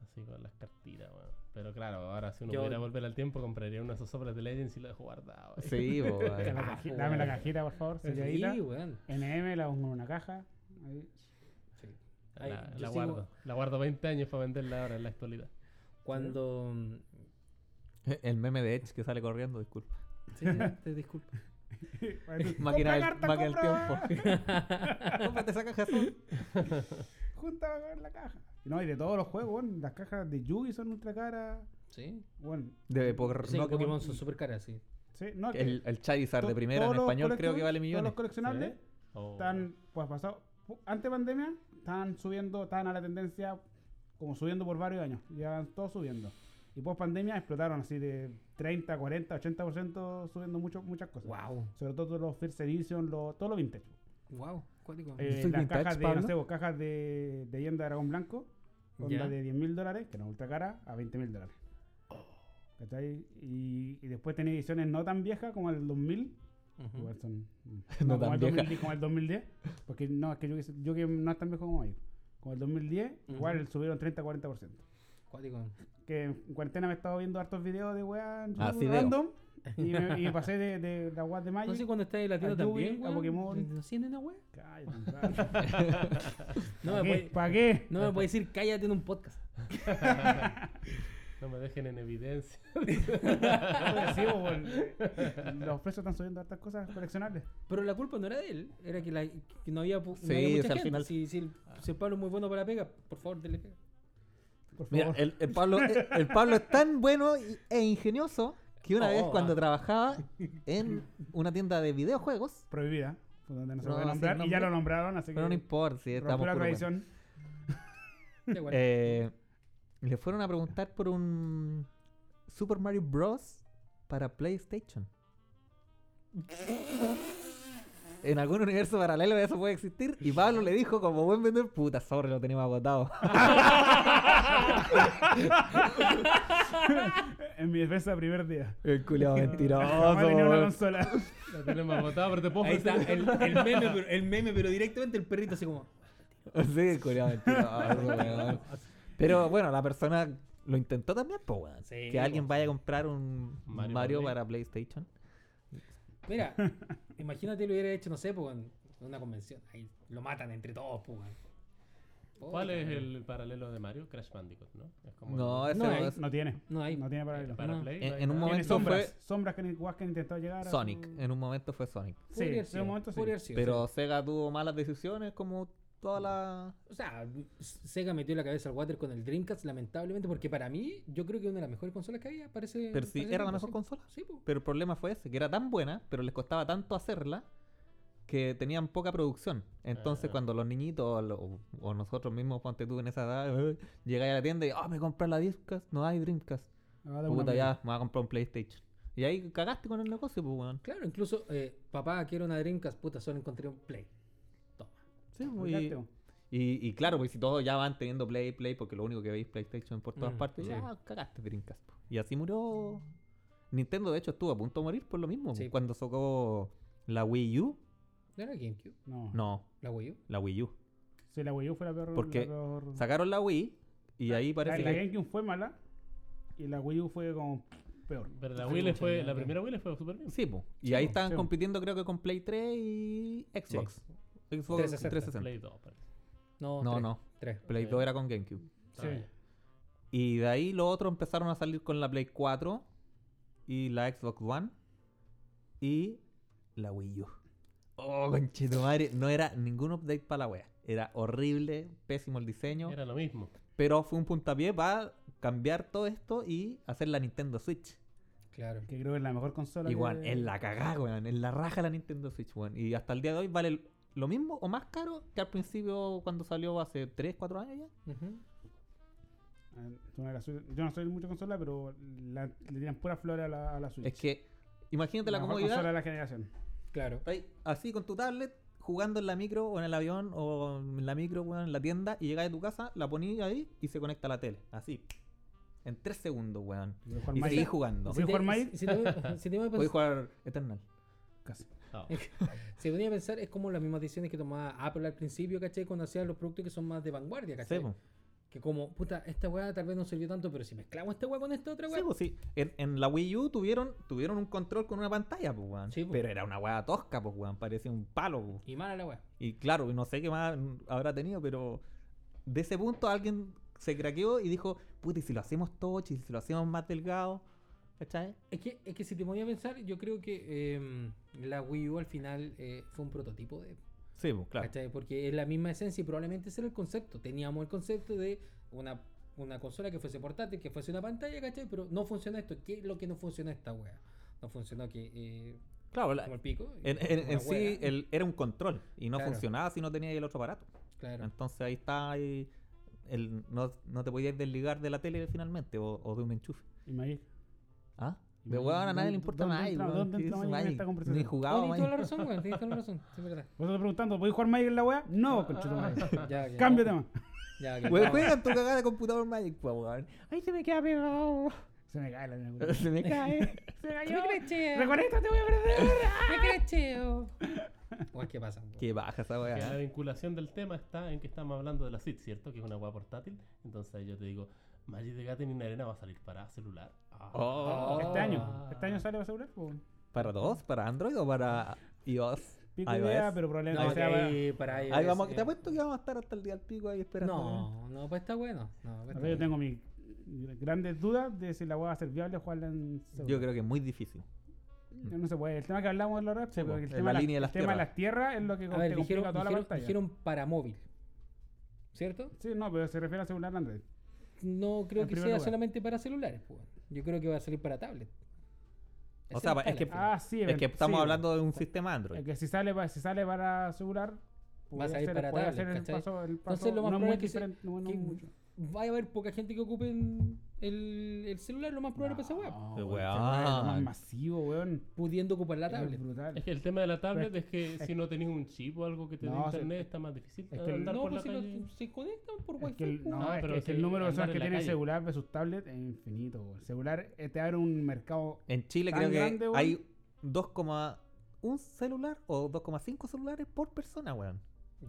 Así con las cartitas, bueno. Pero claro, ahora si uno Yo- pudiera volver al tiempo, compraría unas zozobras de Legends y las guardaba. güey. Sí, po, Dame la weón. caji- Ah, Dame la joder. cajita, por favor. Sí, selladita. weón. NM, la pongo en una caja. Ahí. Sí. La, Ay, la yo sigo- guardo. La guardo 20 años para venderla ahora en la actualidad. Cuando. mm, El meme de Edge que sale corriendo, disculpa. Sí, te disculpo. Máquina del, carta, máquina del compra. tiempo. Cómprate esa caja azul. Junta va a cagar la caja. No, y de todos los juegos, weón. Las cajas de Yugi son ultra caras. Sí. Bueno, De Yo por sé que no, que- Pokémon son súper caras, sí. sí, no, que el, el Charizard to- de primera en todos los español creo que coleccionables- vale Todos millones. los coleccionables ¿Sí? O- están, pues pasado, pu- antes de pandemia, estaban subiendo, estaban a la tendencia como subiendo por varios años. Llevan todos subiendo. Y post pandemia explotaron así de 30, 40, 80% subiendo mucho, muchas cosas. Wow. Sobre todo los First Edition, los, todo lo vintage. Wow. Cuático. Eh, soy las vintage, cajas de, no Pablo? sé, vos, cajas de, de Leyenda de Dragón Blanco, onda Ya. de 10 mil dólares, que era ultra cara, a 20 mil dólares. ¿Cachai? Y, y después tenía ediciones no tan viejas como el 2000. Ujú. Igual son. mm, No No, tan como, el vieja. 2010, como el 2010. Porque no, es que yo, que sé- yo que no es tan viejo como ellos. Como el 2010, igual subieron 30-40%. Cuático. Que en cuarentena me he estado viendo hartos videos de weas en Ah, YouTube sí veo. random. Y me, y me pasé de, de la wea de Magic. Entonces cuando estás en la tienda a Yugi, también, a weón, Pokémon. ¿No sientes una weá? Cállate, compadre. No ¿Para qué? me Eh, pues, puede- ¿Para qué? no me puedes decir cállate en un podcast. No me dejen en evidencia. Oye, pues, sí, bo, el- Los precios están subiendo hartas cosas coleccionables. Pero la culpa no era de él, era que, la, que no había, pu- no Sí, había o mucha sea, al gente. final- Si, si el, si el Pablo es muy bueno para la pega, por favor, dele pega. Por favor. Mira, el, el Pablo, el, el Pablo es tan bueno y- e ingenioso que una Oh, vez ah. cuando trabajaba en una tienda de videojuegos, Prohibida. por donde no se No, puede sin nombrar. Y ya nombre. lo nombraron, así que. pero no importa si rompió estamos la puro bueno. tradición. Da igual. Eh, le fueron a preguntar por un Super Mario Bros. para PlayStation. En algún universo paralelo eso puede existir. Y Pablo le dijo, como buen vender, puta, sorry, lo tenemos agotado. en mi defensa, primer día. El culiado Jamás tenía una mentiroso. consola. La tenemos agotada, pero te puedo Ahí está, ofrecer. el, el meme, pero, el meme, pero directamente el perrito así como... Sí, el culiado mentiroso, weón. Pero bueno, la persona lo intentó también, pues, weón. Sí, que alguien po. vaya a comprar un Mario Mario, Play. para PlayStation. Mira, imagínate lo hubiera hecho, no sé, pues, en una convención. Ahí lo matan entre todos, pues. weón. ¿Cuál es Puta, el paralelo de Mario? Crash Bandicoot, ¿no? Es como No, el- ese No, no ahí- es No tiene. No hay. No tiene paralelo. para no. Play. Ah. no En- hay en un nada. Tiene momento sombras. fue- Sombras que, ni- guas que han intentado llegar. a Sonic. eh, su- En un momento fue Sonic. Sí, Podría haber en sido, un momento sí. podría haber sido, Pero Sega tuvo malas decisiones como toda la... O sea, Sega metió la cabeza al water con el Dreamcast, lamentablemente, porque para mí, yo creo que una de las mejores consolas que había, parece. Pero sí, parece era la Dreamcast, mejor consola. sí, po. Sí, po. Pero el problema fue ese, que era tan buena, pero les costaba tanto hacerla que tenían poca producción. Entonces Ah. cuando los niñitos o, lo- o- o nosotros mismos, ponte tú en esa edad, eh, llegáis a la tienda y, ah, me compré la Dreamcast, no hay Dreamcast. Ah, de una Puta, manera. ya, me voy a comprar un PlayStation. Y ahí cagaste con el negocio, pues, weón. Claro, incluso, eh, papá, quiero una Dreamcast, puta, solo encontré un Play. Sí, pues, y, Fíjate, bo. y- y claro, pues si todos ya van teniendo Play, Play, porque lo único que veis es PlayStation por todas Mm, partes, sí. ya cagaste Dreamcast. po. Y así murió. Nintendo, de hecho, estuvo a punto de morir por lo mismo. Sí. Cuando sacó la Wii U, ¿No era GameCube? No. no, ¿La Wii U? la Wii U. Si la Wii U fue la peor. Porque la peor- Sacaron la Wii y ahí la, parece la que. GameCube fue mala. Y la Wii U fue como peor. Pero la Fue Wii le mucho fue, mejor. la primera Wii le fue súper bien. Sí, po. Y Sí, ahí po, estaban sí, po. compitiendo, creo que con Play 3 y Xbox. Xbox 360. 360. Play 2, parece. No, No, tres, no. Tres. Play 2 era con GameCube. Sí. Ah, Y de ahí los otros empezaron a salir con la Play 4 y la Xbox One y la Wii U. Oh, conchito madre. No era ningún update para la wea. Era horrible, pésimo el diseño. ya. Era lo mismo. Pero fue un puntapié para cambiar todo esto y hacer la Nintendo Switch. Claro. Que creo que es la mejor consola. Y weón, que- es la cagada, weón. Es la raja la Nintendo Switch, weón. Y hasta el día de hoy vale lo mismo o más caro que al principio cuando salió hace 3, 4 años ya. Ujú. Ah, es una de las su- Yo no soy mucho consola, pero la- le tiran pura flor a la, a la Switch. Es que, imagínate la, mejor comodidad. consola de la generación. Claro. Está ahí, así con tu tablet, jugando en la micro o en el avión o en la micro, weón, en la tienda, y llegas a tu casa, la ponís ahí y se conecta a la tele. Así. En 3 segundos, weón. Yo jugar Y Magic, seguís jugando. Sí. ¿Puedes jugar Magic? Si, si te, si te voy a Podés pensar- jugar Eternal. casi. Ah, Si venía a pensar, es como las mismas decisiones que tomaba Apple al principio, ¿cachai? Cuando hacían los productos que son más de vanguardia, Sí, ¿cachai? po. que como, puta, esta weá tal vez no sirvió tanto, pero si mezclamos esta weá con esta otra weá. Sí, pues sí. En, en la Wii U tuvieron, tuvieron un control con una pantalla, pues, weón. Sí, po. Pero era una weá tosca, pues, weón. Parecía un palo, po. y mala la weá. Y claro, no sé qué más habrá tenido, pero de ese punto alguien se craqueó y dijo, puta, y si lo hacemos tocho, y si lo hacemos más delgado, ¿cachai? Es que, es que si te ponía a pensar, yo creo que em, la Wii U al final eh, fue un prototipo de. Sí, pues, claro. ¿cachai? Porque es la misma esencia y probablemente ese era el concepto. Teníamos el concepto de una, una consola que fuese portátil, que fuese una pantalla, ¿cachai? Pero no funciona esto. ¿Qué es lo que no funciona esta weá? No funcionó que. eh, Claro, la- como el pico. en, en- en una sí weá. el- era un control y no Claro. funcionaba si no tenía el otro aparato. Claro. Entonces ahí está, ahí el, no, no te podías desligar de la tele finalmente o, o de un enchufe. Y Magic. ¿Ah? De Magic, huevón a nadie ¿dónde- le importa dónde más. entra- dónde entra Magic en esta Ni conversación? jugaba Tienes toda la Magic. razón, weón. Tienes toda la razón. Sí, es verdad. Vos estás preguntando, ¿podéis jugar Magic en la wea? No, conchetumadre. Ya, que- Cambio de tema. Ya, que- Weón, Juegan tu cagada de computador Magic, pues, weón. Ahí se me queda pegado. Sí, Se me cae la nena. culiao. Se me cae. Se cayó. eh. crecheo! Reconéctate, voy a perder. ¡Me crecheo! oh. Uy, ¿qué pasa? Qué baja esa Que la weá. ¿eh? vinculación del tema está en que estamos hablando de la SID, ¿cierto? Que es una weá portátil. Entonces ahí yo te digo, Magic the Gathering Arena va a salir para celular. Ah. Oh. Este Ah. año. Este año sale para celular. po. ¿Para dos? ¿Para Android o para iOS? Pico iOS. idea, pero probablemente No, que sea para. ahí, para ahí, Ahí es, vamos, eh, te apuesto que vamos a estar hasta el día del pico ahí esperando. No, no, pues está bueno. No, Acá pues está Yo bueno. tengo mis grandes dudas de si la hueá va a ser viable jugarla en celular. Yo creo que es muy difícil. No se puede. El tema que hablamos de los raps, Sí, po, el en tema, la la- línea de las el tema de tierras. las tierras es lo que A com- ver, te dijeron, complica toda la dijeron, pantalla. dijeron para móvil. ¿Cierto? Sí, no, pero se refiere a celular Android. No creo En que primer sea lugar. solamente para celulares. pues. Yo creo que va a salir para tablet. O Ese sea, era es que- tablet, Ah, sí, Es que event- estamos sí, hablando de un sistema Android. Es que si sale, pa- si sale para celular, puede salir hacer- para puede tablet, hacer el ¿cachai? paso, el paso. Entonces, lo más no es probable muy es que se- diferente, no- no que- mucho. va a haber poca gente que ocupe en el, el celular, lo más probable para esa web. No, Pero, weón, weón. esa weá es lo más masivo, weón. Pudiendo ocupar la Es tablet. brutal. Es que el tema de la tablet Pero es que si no tenés un chip o algo que te dé No, sí. internet está más difícil Es que el- andar No, por la pues si lo- calle. se conectan por Es wifi. que el, pues. no, No, es pero que- es que si el número de andar personas en que la tienen calle. celular versus tablet es infinito. weón. El celular eh, te abre un mercado En Chile tan creo que grande, weón. hay 2,1 celular o 2,5 celulares por persona, weón.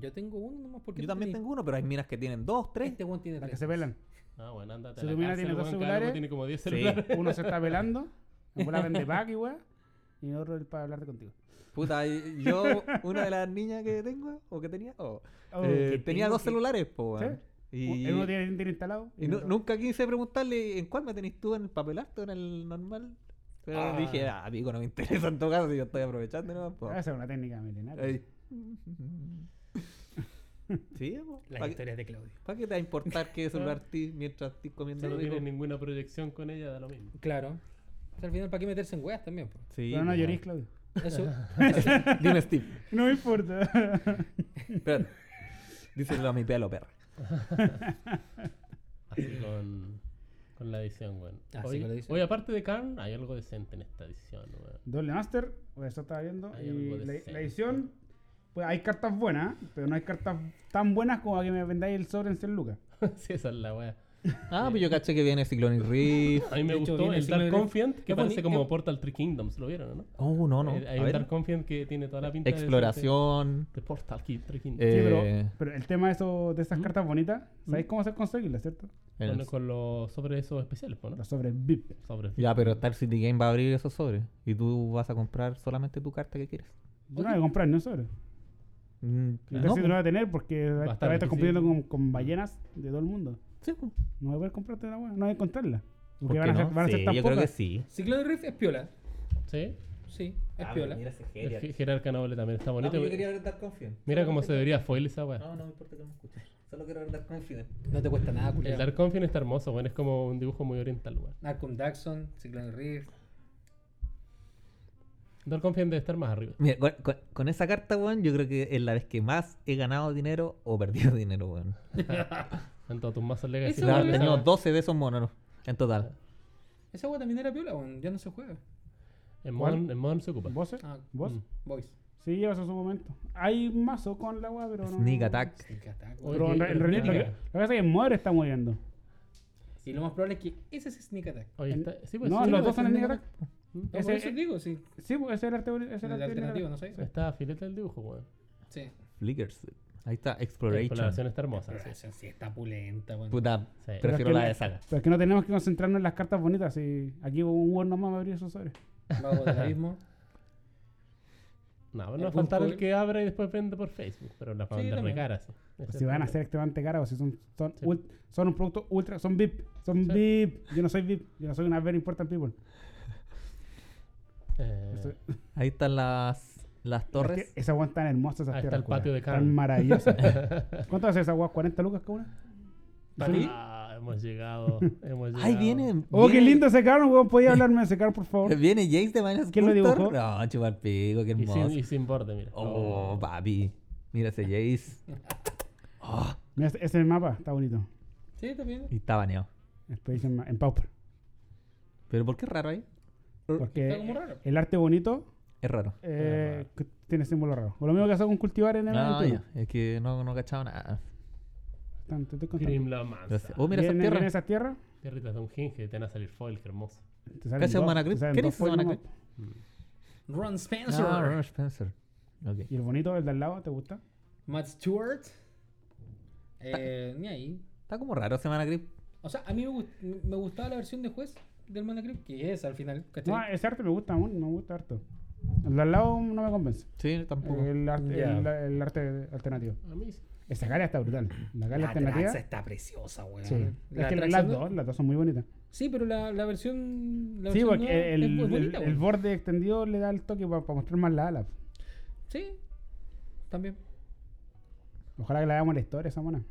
Yo tengo uno nomás porque Yo también tengo uno, pero hay minas que tienen dos, tres. Este weón tiene para que tres. se pelan. Ah, bueno, andate Si a tu la mina cárcel, tiene dos weón, cada uno celulares, tiene como 10 Sí. celulares. Uno se está velando, en bola vende pack y weá, y otro es para hablarte contigo. Puta, y- yo, una de las niñas que tengo, o que tenía, oh, Oh, eh, que tenía tengo dos que- celulares, po, weón. u- Y, el Uno tiene Tinder instalado. y nu- el otro- nunca quise preguntarle en cuál me tenés tú, en el papelarte o en el normal. Pero Ah. dije, ah, amigo, no me interesa en tu caso, si yo estoy aprovechando, ¿no? po". Ah, Esa es una técnica milenaria. Ahí. Sí, po. Las ¿Para qué, historias de Claudio. pa' qué te va a importar que celular ti mientras estés comiendo Si no lo rico? tienes ninguna proyección con ella, da lo mismo. Claro. O sea, al final, ¿para qué meterse en weas también? pues? Sí, Pero no po, llorís, weón. Claudio. Eso. Dime, Steve. No me importa. Espérate. Díselo a mi pelo, perra. Así con, con la edición, weón. Así Hoy, con la edición. hoy, aparte de Karn, hay algo decente en esta edición, weón. Doble Master, pues eso estaba viendo. Hay algo Y la, decente. la edición, pues hay cartas buenas, pero no hay cartas tan buenas como a que me vendáis el sobre en 100 lucas. sí, esa es la weá. Ah, pues yo caché que viene Cyclonic Rift. A mí me De hecho, gustó viene el así Dark como- Confiant, que es parece boni- como es- Portal 3 Kingdoms, ¿lo vieron o no? Oh, no, no. Eh, Hay A un ver. Dark Confiant que tiene toda la pinta de- Exploración. de Portal 3 Kingdoms. Sí, Eh, pero, pero el tema de, eso, de esas ¿Mm? cartas bonitas, ¿sabéis cómo se conseguirlas, cierto? el- Con, con los sobre esos especiales, ¿no? Los sobres VIP. Sobre Ya, pero Star City Game va a abrir esos sobres. Y tú vas a comprar solamente tu carta que quieres. Yo no voy a comprar ni un sobre. Mm, Entonces no, no, pues. lo voy a tener porque a va a estar estar difícil. compitiendo con, con ballenas de todo el mundo. Sí, pues. No voy a poder comprarte una hueá, no voy a encontrarla. ¿Por Porque qué van a ser, no? van a ser Sí, tan yo creo que pocas. sí. Ciclón de Rift es piola. Sí. Sí, Ah, es piola. Ah, mira ese El Geriat. Ge- Gerarca Noble también está No, bonito. Ah, yo güey. quería ver Ah, Dark Confident. Mira cómo se Solamente- debería foil esa weá. No, no me importa que no me escuches. Solo quiero ver Dark Confident. No te cuesta nada, El culiao. Dark Confiant está hermoso, weón. Es como un dibujo muy oriental, weón. Arkham Daxon, Ciclón de Rift. Dark Confiant debe estar más arriba. Mira, con, con- con esa carta, weón, yo creo que es la vez que más he ganado dinero o perdido dinero, weón. En todos tus mazos legacy. Eso, Claro, weón. he tenido 12 de esos monos en total. Esa wea también era piola, weón. Ya no se juega. En Modern, en Modern se ocupa. ¿Voces? Ah, ¿Vos? pues. Mm. Boys. Sí, llevas en su momento. Hay mazo con la hueá, pero no. Sneak Attack. Sneak attack, weón. Pero en, Oye, en realidad lo que, mira. lo que pasa es que Modern está muriendo. Y lo más probable es que ese es Sneak Attack. Oye, en- está- sí, pues, No, sí, los pues, dos son Sneak Attack. Mm. No, Ese- por eso eh, digo, sí. Sí, pues ese es el arte bonito. Ese es El el arte alternativo, bonito. no sé. Está filete el dibujo, weón. Sí. Flickers. Ahí está, La Exploration. exploración está hermosa. sí. Pero sí, está pulenta, weón. Puta, Sí. Pero es prefiero que la no- de saga. Pero es que no tenemos que concentrarnos en las cartas bonitas. Si aquí un Word nomás me abrió esos sobres. Mago del abismo. No, no El Pues, va a faltar Boom el que abre y después vende por Facebook. Pero las van a Sí, vender también. recaras. sí. Ese es Pues si el van a problema. ser extremadamente caras, o si son, son, Sí. ult- son un producto ultra. Son VIP. Son Sí. VIP. Yo no soy VIP. Yo no soy una very important people. Eh, Eso- Ahí están las, las Es torres. que esas guas tan hermosas esas Ahí está tierras. el patio de Karen. Tan maravillosas. ¿Cuánto hace esa guas? ¿40 lucas cada una? ah, hemos llegado. Hemos llegado. Ahí viene. Oh, qué viene- lindo ese Karen, weón. ¿Podía hablarme de ese Karen, por favor? Viene Jace de Minus ¿Quién lo Cultor. dibujó? No, chupar pico, qué Y sin, hermoso. y sin borde, mira. Oh, papi. Mira ese Jace. Oh, Mira, ese- ese mapa está bonito. Sí, también. y está baneado. Expedition Ma- en Pauper. Pero ¿por qué es raro ahí? Está como Porque raro. el arte bonito Es raro. eh, que Ah, tiene símbolo raro. O lo mismo que hace con cultivar en el No, Aventura. ya, es que no, no cachaba nada. Constante, estoy constante. Grim la mansa. Oh, mira esas ¿Vienen- vienen tierras. esas tierras? Tierritas de un jinge, te van a salir foil, qué hermoso. Te salen Gracias, dos, Manacrit. te salen ¿Qué dos dices, Manacrit? Pokémon. Ron Spencer. Ah, Ron Spencer. Ok. ¿Y el bonito, el de al lado, te gusta? Matt Stewart. Eh, ni ahí. Está como raro Semana Grip. O sea, a mí me, gust- me gustaba la versión de juez del Manacrip, que es al final, ¿cachai? No, ese arte me gusta, aún, me gusta harto. El de al lado no me convence. Sí, tampoco. El arte, Ya. el, el arte alternativo. A mí sí. Esa cara está brutal. La cara Ah, la alternativa. traza está preciosa, weón. Sí. La es que las atracción- dos, las dos son muy bonitas. Sí, pero la, la versión. La Sí, versión nueva porque el, es muy bonita, el- el weón. borde extendido le da el toque para mostrar más la ala. Sí, también. Ojalá que la veamos en la historia esa mona.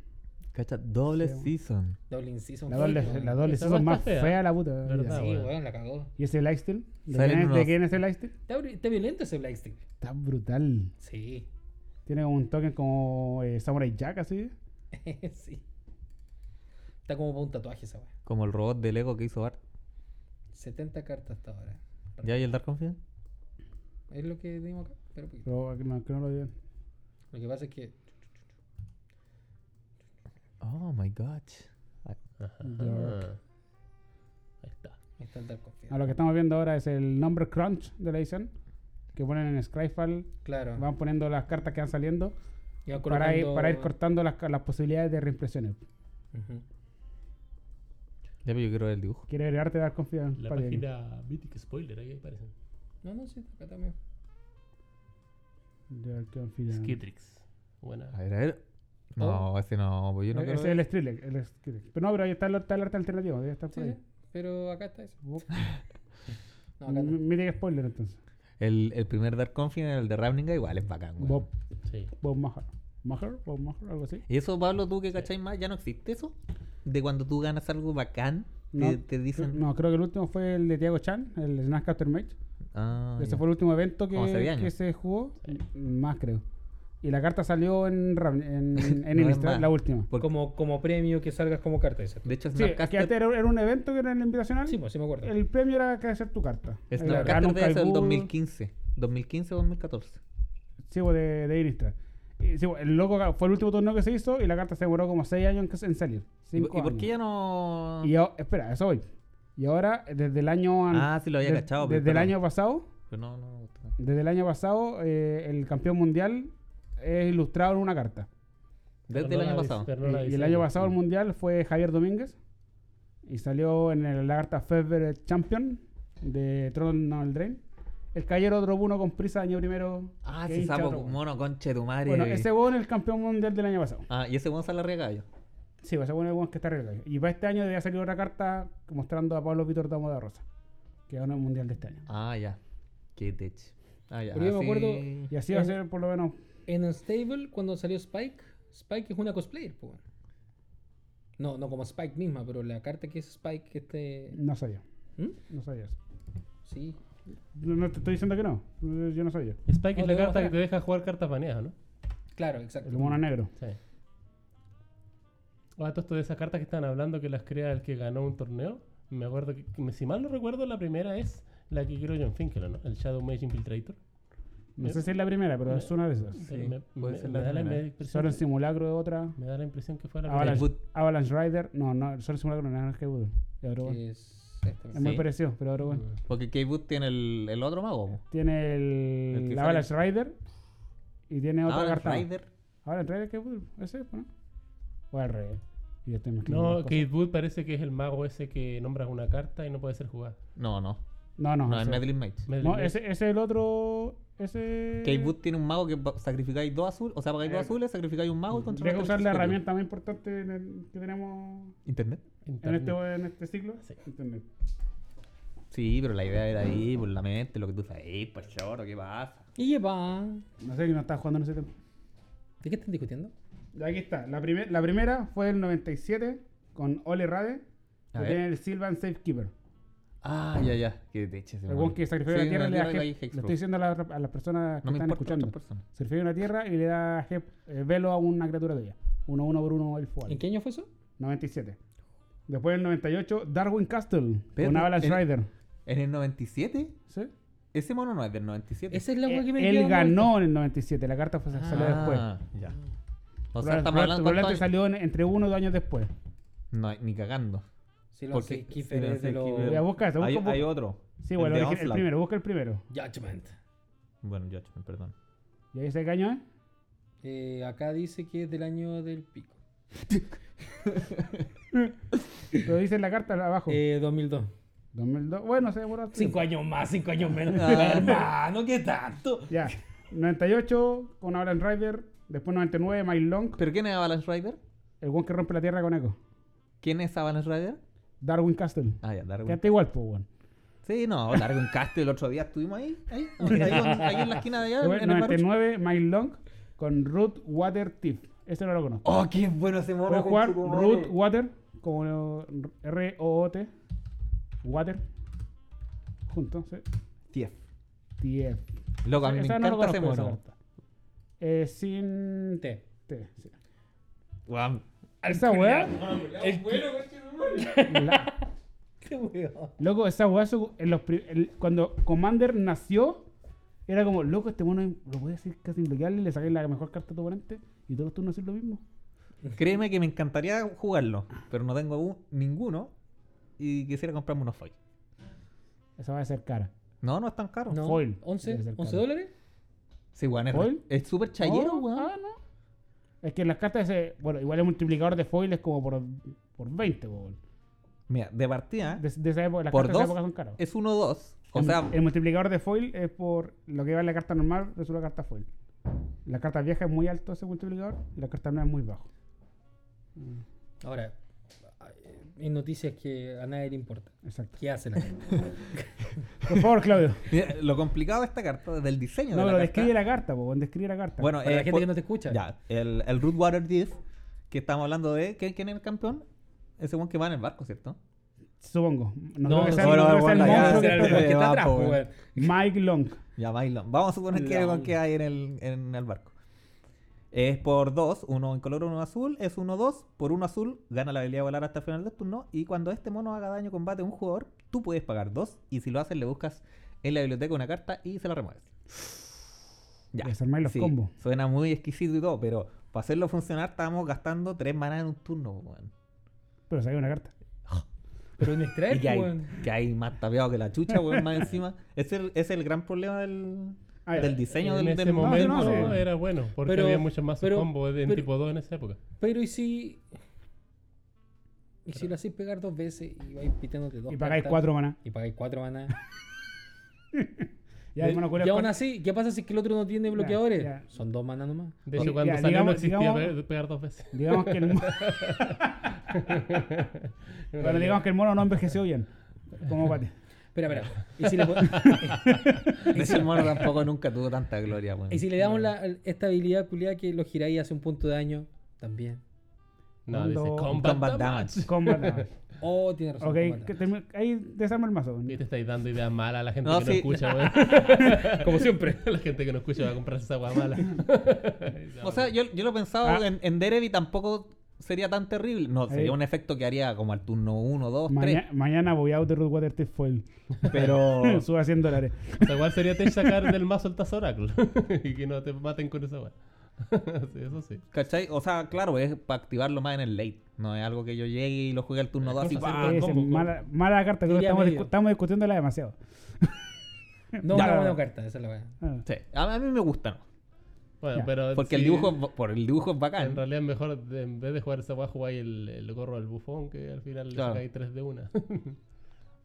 Cacha, doble Sí, bueno. season. Doble inciso. La doble, weón. la doble Esa son weá más está fea. fea la puta. Verdad, vida. Ah, Sí, weón. weón, la cagó. ¿Y ese lifestyle? ¿De Salen quién, es, de unos- quién es el lifestyle? Está, br- está violento ese Blackstick. Está brutal. Sí. Tiene como un toque como eh, Samurai Jack así. sí. Está como para un tatuaje esa weón. Como el robot de Lego que hizo Bart. 70 cartas hasta ahora. ¿Ya y el Dark Confidence? Es lo que dimos acá. Pero poquito. Pero que no, que no lo digan. Lo que pasa es que. Oh my god. Ajá. Dark. Ahí está. Ahí está el Dark A Confidence. lo que estamos viendo ahora es el number crunch de la edición. Que ponen en Skyfall. Claro. Van poniendo las cartas que van saliendo. Y van Para ir, Ah. colocando- para ir cortando las, ca- las posibilidades de reimpresiones. Ujú. Ya, pero yo quiero ver el dibujo. Quiere agregarte dar confianza. La Party aquí. página Mythic Spoiler, ahí aparecen. No, no, sí, acá también. Dark Confidence. Skitrix. Buena. A ver, a ver. No, ese no, pues yo no Eh, quiero ese es ver. el Skrillex, el Skrillex. Pero no, pero ahí está el, está el arte alternativo. Debe estar Sí, por ahí. sí. Pero acá está eso. Uf, No, acá m- no. Mire que spoiler entonces. El, el primer Dark Confidence, el de Ravnica, igual es bacán, güey. Bob, Sí. Bob Maher. Maher, Bob Maher, algo así. ¿Y eso, Pablo, tú que cacháis más? ¿Ya no existe eso? De cuando tú ganas algo bacán, te, te dicen. No, creo que el último fue el de Tiago Chan, el Smash After Match. Ah, Ese ya. fue el último evento que, Como hace diez años. que se jugó. Sí. m- Más creo. Y la carta salió en, Ram- en, en No es Innistrad, más. la última. Porque- Como, como premio que salgas como carta, dice. De hecho, Sí, que antes Snapcaster, era, era un evento que era en el invitacional. Sí, pues sí me acuerdo. el premio era que hacer tu carta. El Snapcaster Arcanum debe ser el Kaibul. 2015. 2015 o 2014. Sí, pues, de, de Innistrad. Y, sí, pues, el loco ca- fue el último torneo que se hizo y la carta se demoró como 6 años en, que- en salir. ¿Y, Cinco y por años. qué ya no.? Y ahora- espera, eso voy. Y ahora, desde el año. an- Ah, sí lo había de- cachado. pero Desde el espérame. año pasado, Pero no, no me gustó. desde el año pasado, eh, el campeón mundial es ilustrado en una carta. Desde Pero el no la año pasado. dis- pero no la Eh, Y, y el diseño. año pasado el mundial fue Javier Domínguez. Y salió en el- la carta Fever Champion de Tron Donald Drain. El caballero drop uno con prisa año primero. Ah, que sí, hincha sapo, drop uno. mono, conche tu madre. Bueno, ese hueón es el campeón mundial del año pasado. Ah, y ese weón sale arriba de gallo. Sí, pues, ese hueón es el hueón que está arriba. Y para este año debía salir otra carta mostrando a Pablo Víctor Damo de Rosa, que ganó el mundial de este año. Ah, ya. Qué tech. Ah, ya. Porque yo me acuerdo- así- Y así va a En- ser por lo menos En Unstable, cuando salió Spike, Spike es una cosplayer, pues. weón. No, no como Spike misma, pero la carta que es Spike, que este. No sabía. ¿Mm? No sabía eso. Sí. No, no te estoy diciendo que no. eh, Yo no sabía. Spike No, es te la veo carta que acá. te deja jugar cartas baneadas, ¿no? Claro, exacto. El mono negro. Sí. Ah, todo esto de esas cartas que están hablando que las crea el que ganó un torneo. Me acuerdo que, que me- si mal no recuerdo, la primera es la que creo John Finkel, ¿no? El Shadow Mage Infiltrator. No Eh, sé si es la primera, pero eh, es una de esas. Pero Sí, me, puede me- ser me la da la primera. impresión Solo el que- simulacro de otra. me da la impresión que fue la primera. Avalanche, Boot. Avalanche Rider. No, no, solo el simulacro no es que Budo. Es otro weón. Que es esta Es misma. muy Eh, Sí. parecido, pero otro weón. Mm. Porque K-Boot tiene el, el otro mago. po. Tiene El el, que la Avalanche Rider. Y tiene otra Avalanche carta. más. Rider. Avalanche Rider que es Budo. Ese, ¿no? O al revés. Y yo estoy mezclando No, las Kate cosas. Wood parece que es el mago ese que nombras una carta y no puede ser jugada. No, no. No, no. No, el ese- Medlin Mage. Medley no, Blade. ese, ese es el otro. Ese. K-Boot tiene un mago que va- sacrificáis dos azules. O sea, pagáis dos Eh, azules, sacrificáis un mago y controláis. Deja el usar la superior. herramienta más importante en el- que tenemos ¿Internet? en Internet. este, en este ciclo. Sí. Internet. Sí, pero la idea era ahí, por la mente, lo que tú sabes, por choro, ¿qué pasa? Y lleva. No sé, que no estaba jugando en ese tiempo. ¿De qué están discutiendo? Ya, Aquí está. La, primer- la primera fue el 97 con Ole Rade. Que A ver. tiene el Sylvan Safekeeper. Ah, ya, ya. Que te eches. El buen que sacrifica la tierra y le da Hep. Le estoy diciendo a, la- a las personas que No me están importa escuchando. otras personas. Sacrifica una tierra y le da Hep, eh, velo a una criatura tuya. Uno, uno por uno el fuego. ¿En qué año fue eso? 97. Después el 98, Darwin Castle. Pero, con Avalanche el- Rider. ¿En el 97? ¿Sí? Ese mono no es del 97. Esa es la Eh, weá que me él queda vuelta. ganó en el 97. La carta fue, salió después. Ya. O sea, Probable- Ah, estamos probable- hablando probablemente cuántos años- salió en- entre uno o dos años después. No, ni cagando. Si lo Porque- hace si lo Kiefer es de hace los. Kiefer- Voy a buscar, se busca Hay, un poco- hay otro. Sí, bueno, de el, origi- el Onslaught. primero, busca el primero. Judgment. Bueno, Judgment, perdón. ¿Y ahí ese caño es? Eh, acá dice que es del año del pico. Lo dice en la carta abajo. Eh, 2002. 2002. Bueno, se demoró. Cinco años más, cinco años menos. Hermano, ¿qué tanto? Ya. 98 con Alan Ryder. Después 99, Mile Long. ¿Pero quién es Avalanche Rider? El one que rompe la tierra con Echo. ¿Quién es Avalanche Rider? Darwin Castle. Ah, ya, Darwin. Quédate igual, pues, weón. Sí, no, Darwin Castle el otro día estuvimos ahí, ahí, ahí, donde- ahí en la esquina de allá, Después en el barrio. 99, Mile Long con Root Water Thief. Este no lo conozco. Oh, qué bueno ese mono. Puedes jugar conchetumare. Root Water como R-O-O-T. Water. Junto, sí. Tief. Tief. Loco, a mí me Esa encanta no lo ese conozco, esa mono. carta. Eh, sin T. T. T, sí. Guau. Esa weá. El la- Qué weón. Loco, esa weá, su- en los pri- el- cuando Commander nació, era como, loco, este mono es- lo voy a decir casi bloquearle, le saqué la mejor carta a tu oponente y todos los turnos hacen lo mismo. Créeme que me encantaría jugarlo, pero no tengo aún ninguno y quisiera comprarme unos foil. Esa va a ser cara. No, no es tan caro. No, Foil. 11, Debe ser 11 caro. dólares. Sí, weón, es ¿Foil? re- es súper chayero, No, weón. Ah, no. Es que en las cartas, ese, bueno, igual el multiplicador de foil es como por, por 20, weón. Mira, de partida De, de esa época, las ¿Ah? Por cartas de esa época dos, son caras. es 1-2. O el, sea, el multiplicador de foil es por lo que va en la carta normal, es una carta foil. La carta vieja es muy alto ese multiplicador y la carta nueva es muy bajo. Ahora, hay noticias que a nadie le importa. Exacto. ¿Qué hace la gente? Por favor, Claudio. mira, lo complicado de esta carta, del diseño No, de pero la carta. describe la carta, po, weón, describe la carta. Bueno, Para la eh, gente por- que no te escucha. Ya, el, el Root Water Diff, que estamos hablando de. ¿Quién, quién es el campeón? Ese weón que va en el barco, ¿cierto? supongo. No, No, creo que sea, no no, no, creo que sea bueno, el ya, monstruo será que el está monstruo. atrás. que está atrás, va, po, weón. Mike Long. Ya bailón. Vamos a suponer que Long. el que hay en el, en el barco. Es por 2, uno en color, uno azul, es 1-2, por uno azul gana la habilidad de volar hasta el final del turno y cuando este mono haga daño o combate a un jugador, tú puedes pagar 2 y si lo haces le buscas en la biblioteca una carta y se la remueves. Ya. Desarmáis los combos. Suena muy exquisito y todo, pero para hacerlo funcionar estábamos gastando 3 manas en un turno, weón. Pero saqué una carta. Pero en Y extraer, que weón. hay, que hay más tapeado que la chucha, weón, más encima. Ese es el- es el gran problema del, Ah, ya. del diseño en del, ese del mono. momento no, no, sí. era bueno, porque Pero- había muchos más pero- combos en pero- tipo 2 en esa época. Pero y si. Y si lo hacéis pegar dos veces y vais pitándote dos Y pagáis cartas? cuatro maná. Y pagáis cuatro maná. Ya, hermano, y culiao, aún con- así, ¿qué pasa si es que el otro no tiene bloqueadores? ya. Son dos maná nomás. De Ok, hecho, cuando ya, salió digamos- no existía digamos- pe- pegar dos veces. Digamos que el mono. Bueno, digamos que el mono no envejeció bien. Como pate. Espera, espera. ¿Y si le, pon- Ese mono tampoco nunca tuvo tanta gloria, weón. y si le damos la, esta habilidad culiada que lo giráis hace un punto de daño? También. No, dice Cuando- combat, Combat damage. Combat damage. Oh, tiene razón. Ok, combate. que termi- ahí desarma el mazo. Y te estáis dando ideas malas a la gente No, que sí. no escucha, weón. Como siempre. la gente que no escucha va a comprarse esa agua mala. O sea, yo, yo lo pensaba Ah. en, en Derer y tampoco sería tan terrible. No, Ahí. sería un efecto que haría como al turno 1, 2, Maña- mañana voy a out de Root Water Thief Foil. 3. Pero. Suba 100 dólares. O sea, igual sería te sacar del mazo el Taz Oracle y que no te maten con esa agua. sí, eso sí. ¿Cachai? O sea, claro, es para activarlo más en el late. No es algo que yo llegue y lo juegue al turno 2 así. cosa ¡pam! Ah, Ese, combo, combo. mala, mala carta, creo que Diría estamos, medio. discu- estamos discutiéndola demasiado. No, Ya. una buena carta, esa es la weá. Ah. Sí, a a mí me gusta, ¿no? Bueno, Ya, pero. Porque el sí, dibujo, es ba- por el dibujo es En bacán. realidad, mejor de- en vez de jugar esa agua, jugáis el, el gorro del bufón, que al final Claro. le sacáis tres de una.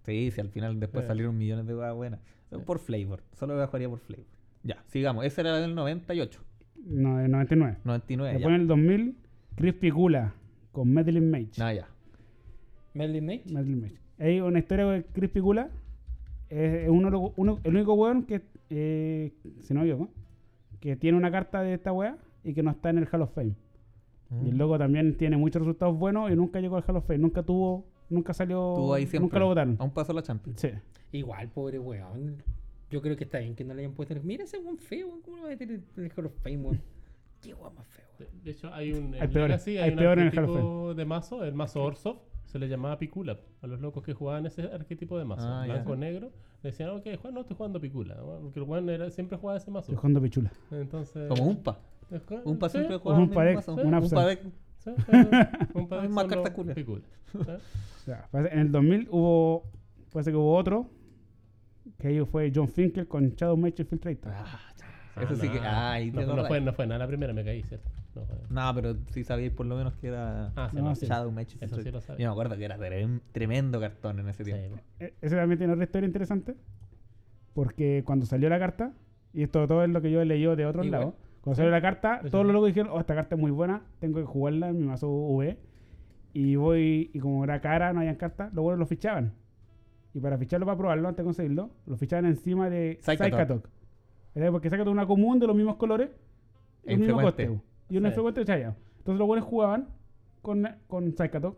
Sí, si al final después Sí. salieron millones de cosas buenas. Por flavor, solo lo jugaría por flavor. Ya, sigamos. Ese era del 98, No, de 99. 99. Después Ya. en el 2000, Crispy Gula con Madeline Mage. Ah, ya. Merlin Knight. Madeline Mage. Hay una historia de Crispy Gula. Es un oro- uno- el único weón que. eh, si no yo, ¿no? Que tiene una carta de esta wea y que no está en el Hall of Fame. Y Mm. el loco también tiene muchos resultados buenos y nunca llegó al Hall of Fame. Nunca tuvo. Nunca salió. Estuvo ahí siempre. Nunca lo votaron. A un paso de la Champions. Sí. Igual, pobre weón. Yo creo que está bien que no le hayan puesto. Mira ese weón feo, weón. ¿Cómo lo va a tener en el Hall of Fame, weón? Qué weón más feo, De- De hecho, hay un. en peores, Legacy hay un peores en el arquetipo de mazo, el mazo Orsov, se le llamaba Picula. A los locos que jugaban ese arquetipo de mazo, Ah, ya. blanco-negro, decían, ok, Juan, no estoy jugando Picula. Porque el Juan era, siempre jugaba ese mazo. Estoy jugando pichula. Entonces. Como un pa. Un pasito de jugar. Un mismo padec, mazo. un Un absent. padec. Sí, sí, Un La misma carta culia. picula. ¿eh? O sea, parece- en el 2000 hubo. Parece que hubo otro. Que ahí fue John Finkel con Shadow Mage Infiltrator. Ah, Eso sí que- ay, no, te no, acordás. fue, no fue nada la primera, me caí, ¿cierto? No fue. No, pero si sabíais por lo menos que era Ah, sí, No, no, sí. sí. Shadow Match. Eso sí lo sabía. Yo me acuerdo que era trem- tremendo cartón en ese Sí, tiempo. E- Ese también tiene otra historia interesante. Porque cuando salió la carta, y esto todo es lo que yo he leído de otros Igual. lados. Cuando salió la carta, Eso todos los sí. locos dijeron: Oh, esta carta es muy buena, tengo que jugarla en mi mazo V. Y voy, y como era cara, no habían cartas, los buenos lo fichaban. Y para ficharlo, para probarlo, antes de conseguirlo, lo fichaban encima de Psychotoc. Psychotoc. ¿Verdad? Porque Psychotoc es una común de los mismos colores, E el mismo infrecuente. coste. po. Y una Sí. infrecuente chaya. Entonces los buenos jugaban con, con Psychotoc,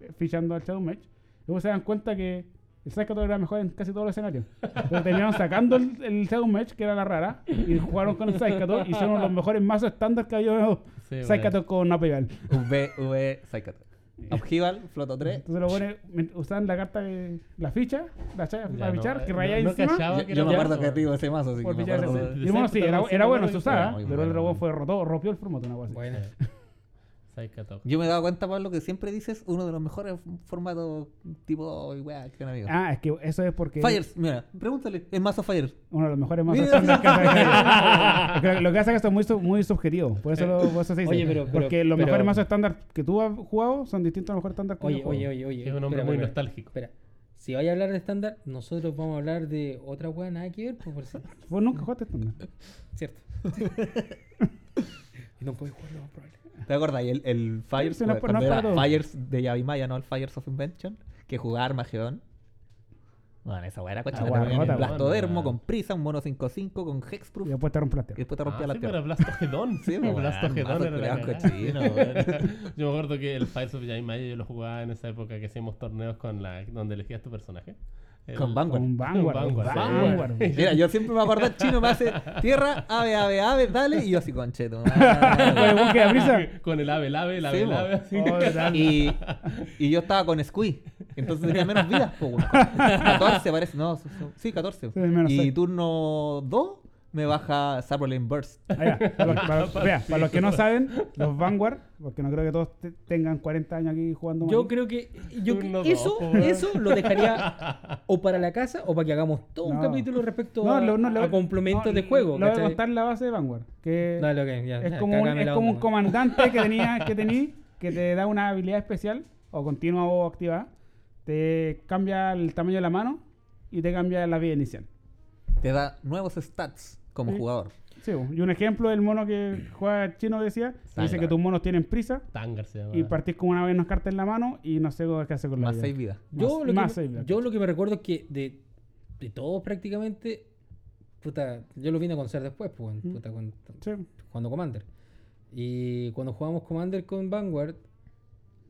eh, fichando al Shadow Match. Luego se dan cuenta que el Psychotoc era mejor en casi todos los escenarios. Entonces terminaron sacando el, el Shadow Match, que era la rara, y jugaron con el Psychotoc. Hicieron los mejores mazos estándar que había dado sí, Psychotoc con Apegal. V, V, Psychotoc. Objival, Floto 3. Entonces los buenos men- usaban la carta, que- la ficha, la chaya bueno. para Ya fichar, no, que no- rayaba no encima. cachaba Yo, que yo me era acuerdo eso, que weón. arriba ese mazo, así que por me fichar acuerdo. ese. de- Y bueno, sí, era, era bueno, se usaba, Era muy pero el bueno, robot bueno. fue roto, rompió el formato, una cosa así. Bueno, Psychotoc. Yo me he dado cuenta, Pablo, que siempre dices uno de los mejores formatos tipo, weá, que un amigo. Ah, es que eso es porque Fires, mira, pregúntale, el mazo Fires. uno de los mejores mazos Mira. estándar que ha sacado. Es que Lo que pasa es que esto es muy, sub- muy subjetivo, por eso, lo- por eso se dice. Eh, Oye, pero- pero- porque los pero- mejores mazos estándar que tú has jugado son distintos a los mejores estándar que Oye, yo oye, juego. oye, oye. Es un hombre espera, muy espera, nostálgico. Espera. Si vais a hablar de estándar, nosotros vamos a hablar de otra weá, nada que ver, pues, por si- Vos nunca jugaste estándar. Eh, cierto. y no podéis jugar lo más probable. ¿Te acuerdas? Y el, el Fires, Sí, no es por- no cuando es era para todos. Fires de Yavimaya, no el Fires of Invention, que jugaba Armagedón. Bueno, esa weá era coche. Ah, guarrota, weón. Blastodermo con prisa, un mono 5-5 con Hexproof Y y después te rompiste. después te rompía ah, la sí, tierra. pero Blastogedón. Sí, weón, mazo Blastogedón era la culiao cagada. cochino, weón. Yo me acuerdo que el Fires of Jaimaya yo lo jugaba en esa época que hacíamos torneos con la donde elegías tu personaje. El- Con Vanguard. Con Vanguard. Con Vanguard, sí. Vanguard. Mira, yo siempre me acuerdo, el chino me hace tierra, ave, ave, ave, dale, y yo así concheto. Oye, vos que abrisa. Con el ave, el ave, el ave, Sí, el bo. ave. así. Oh, ¿verdad? Y, y yo estaba con Squee, entonces tenía menos vidas. po, weón. 14 parece, no, so- so- sí, 14. Sí, menos y seis. turno 2 me baja Sabrolin Burst. Ahí va. Para los- para los- vea, para los que no saben, los Vanguard, porque no creo que todos te- tengan 40 años aquí jugando. Yo Magic. creo que, yo que Turno dos, eso, po, weón. eso lo dejaría o para la casa o para que hagamos todo un No. capítulo respecto No, a, lo- no, le a voy- complementos no, de juego. Le voy a ¿cachai? contar la base de Vanguard. Que Dale, ok, ya, es ya, como, un, Eh, cágame es la como un onda, weón. comandante que tenía que tení, que te da una habilidad especial o continua o activa te cambia el tamaño de la mano y te cambia la vida inicial Te da nuevos stats como Sí. jugador. sí, bo. y un ejemplo del mono que juega chino decía que dice Vanguard. que tus monos tienen prisa Tangar se llama. y partís con una menos carta en la mano y no sé qué hacer con la Más vida. 6 vidas. Yo, Más- lo, más que seis me, blancos. yo lo que me recuerdo es que de, de todos prácticamente, puta, yo lo vine a conocer después, pues, weón, Mm. puta, cuando, Sí. jugando Commander. Y cuando jugábamos Commander con Vanguard,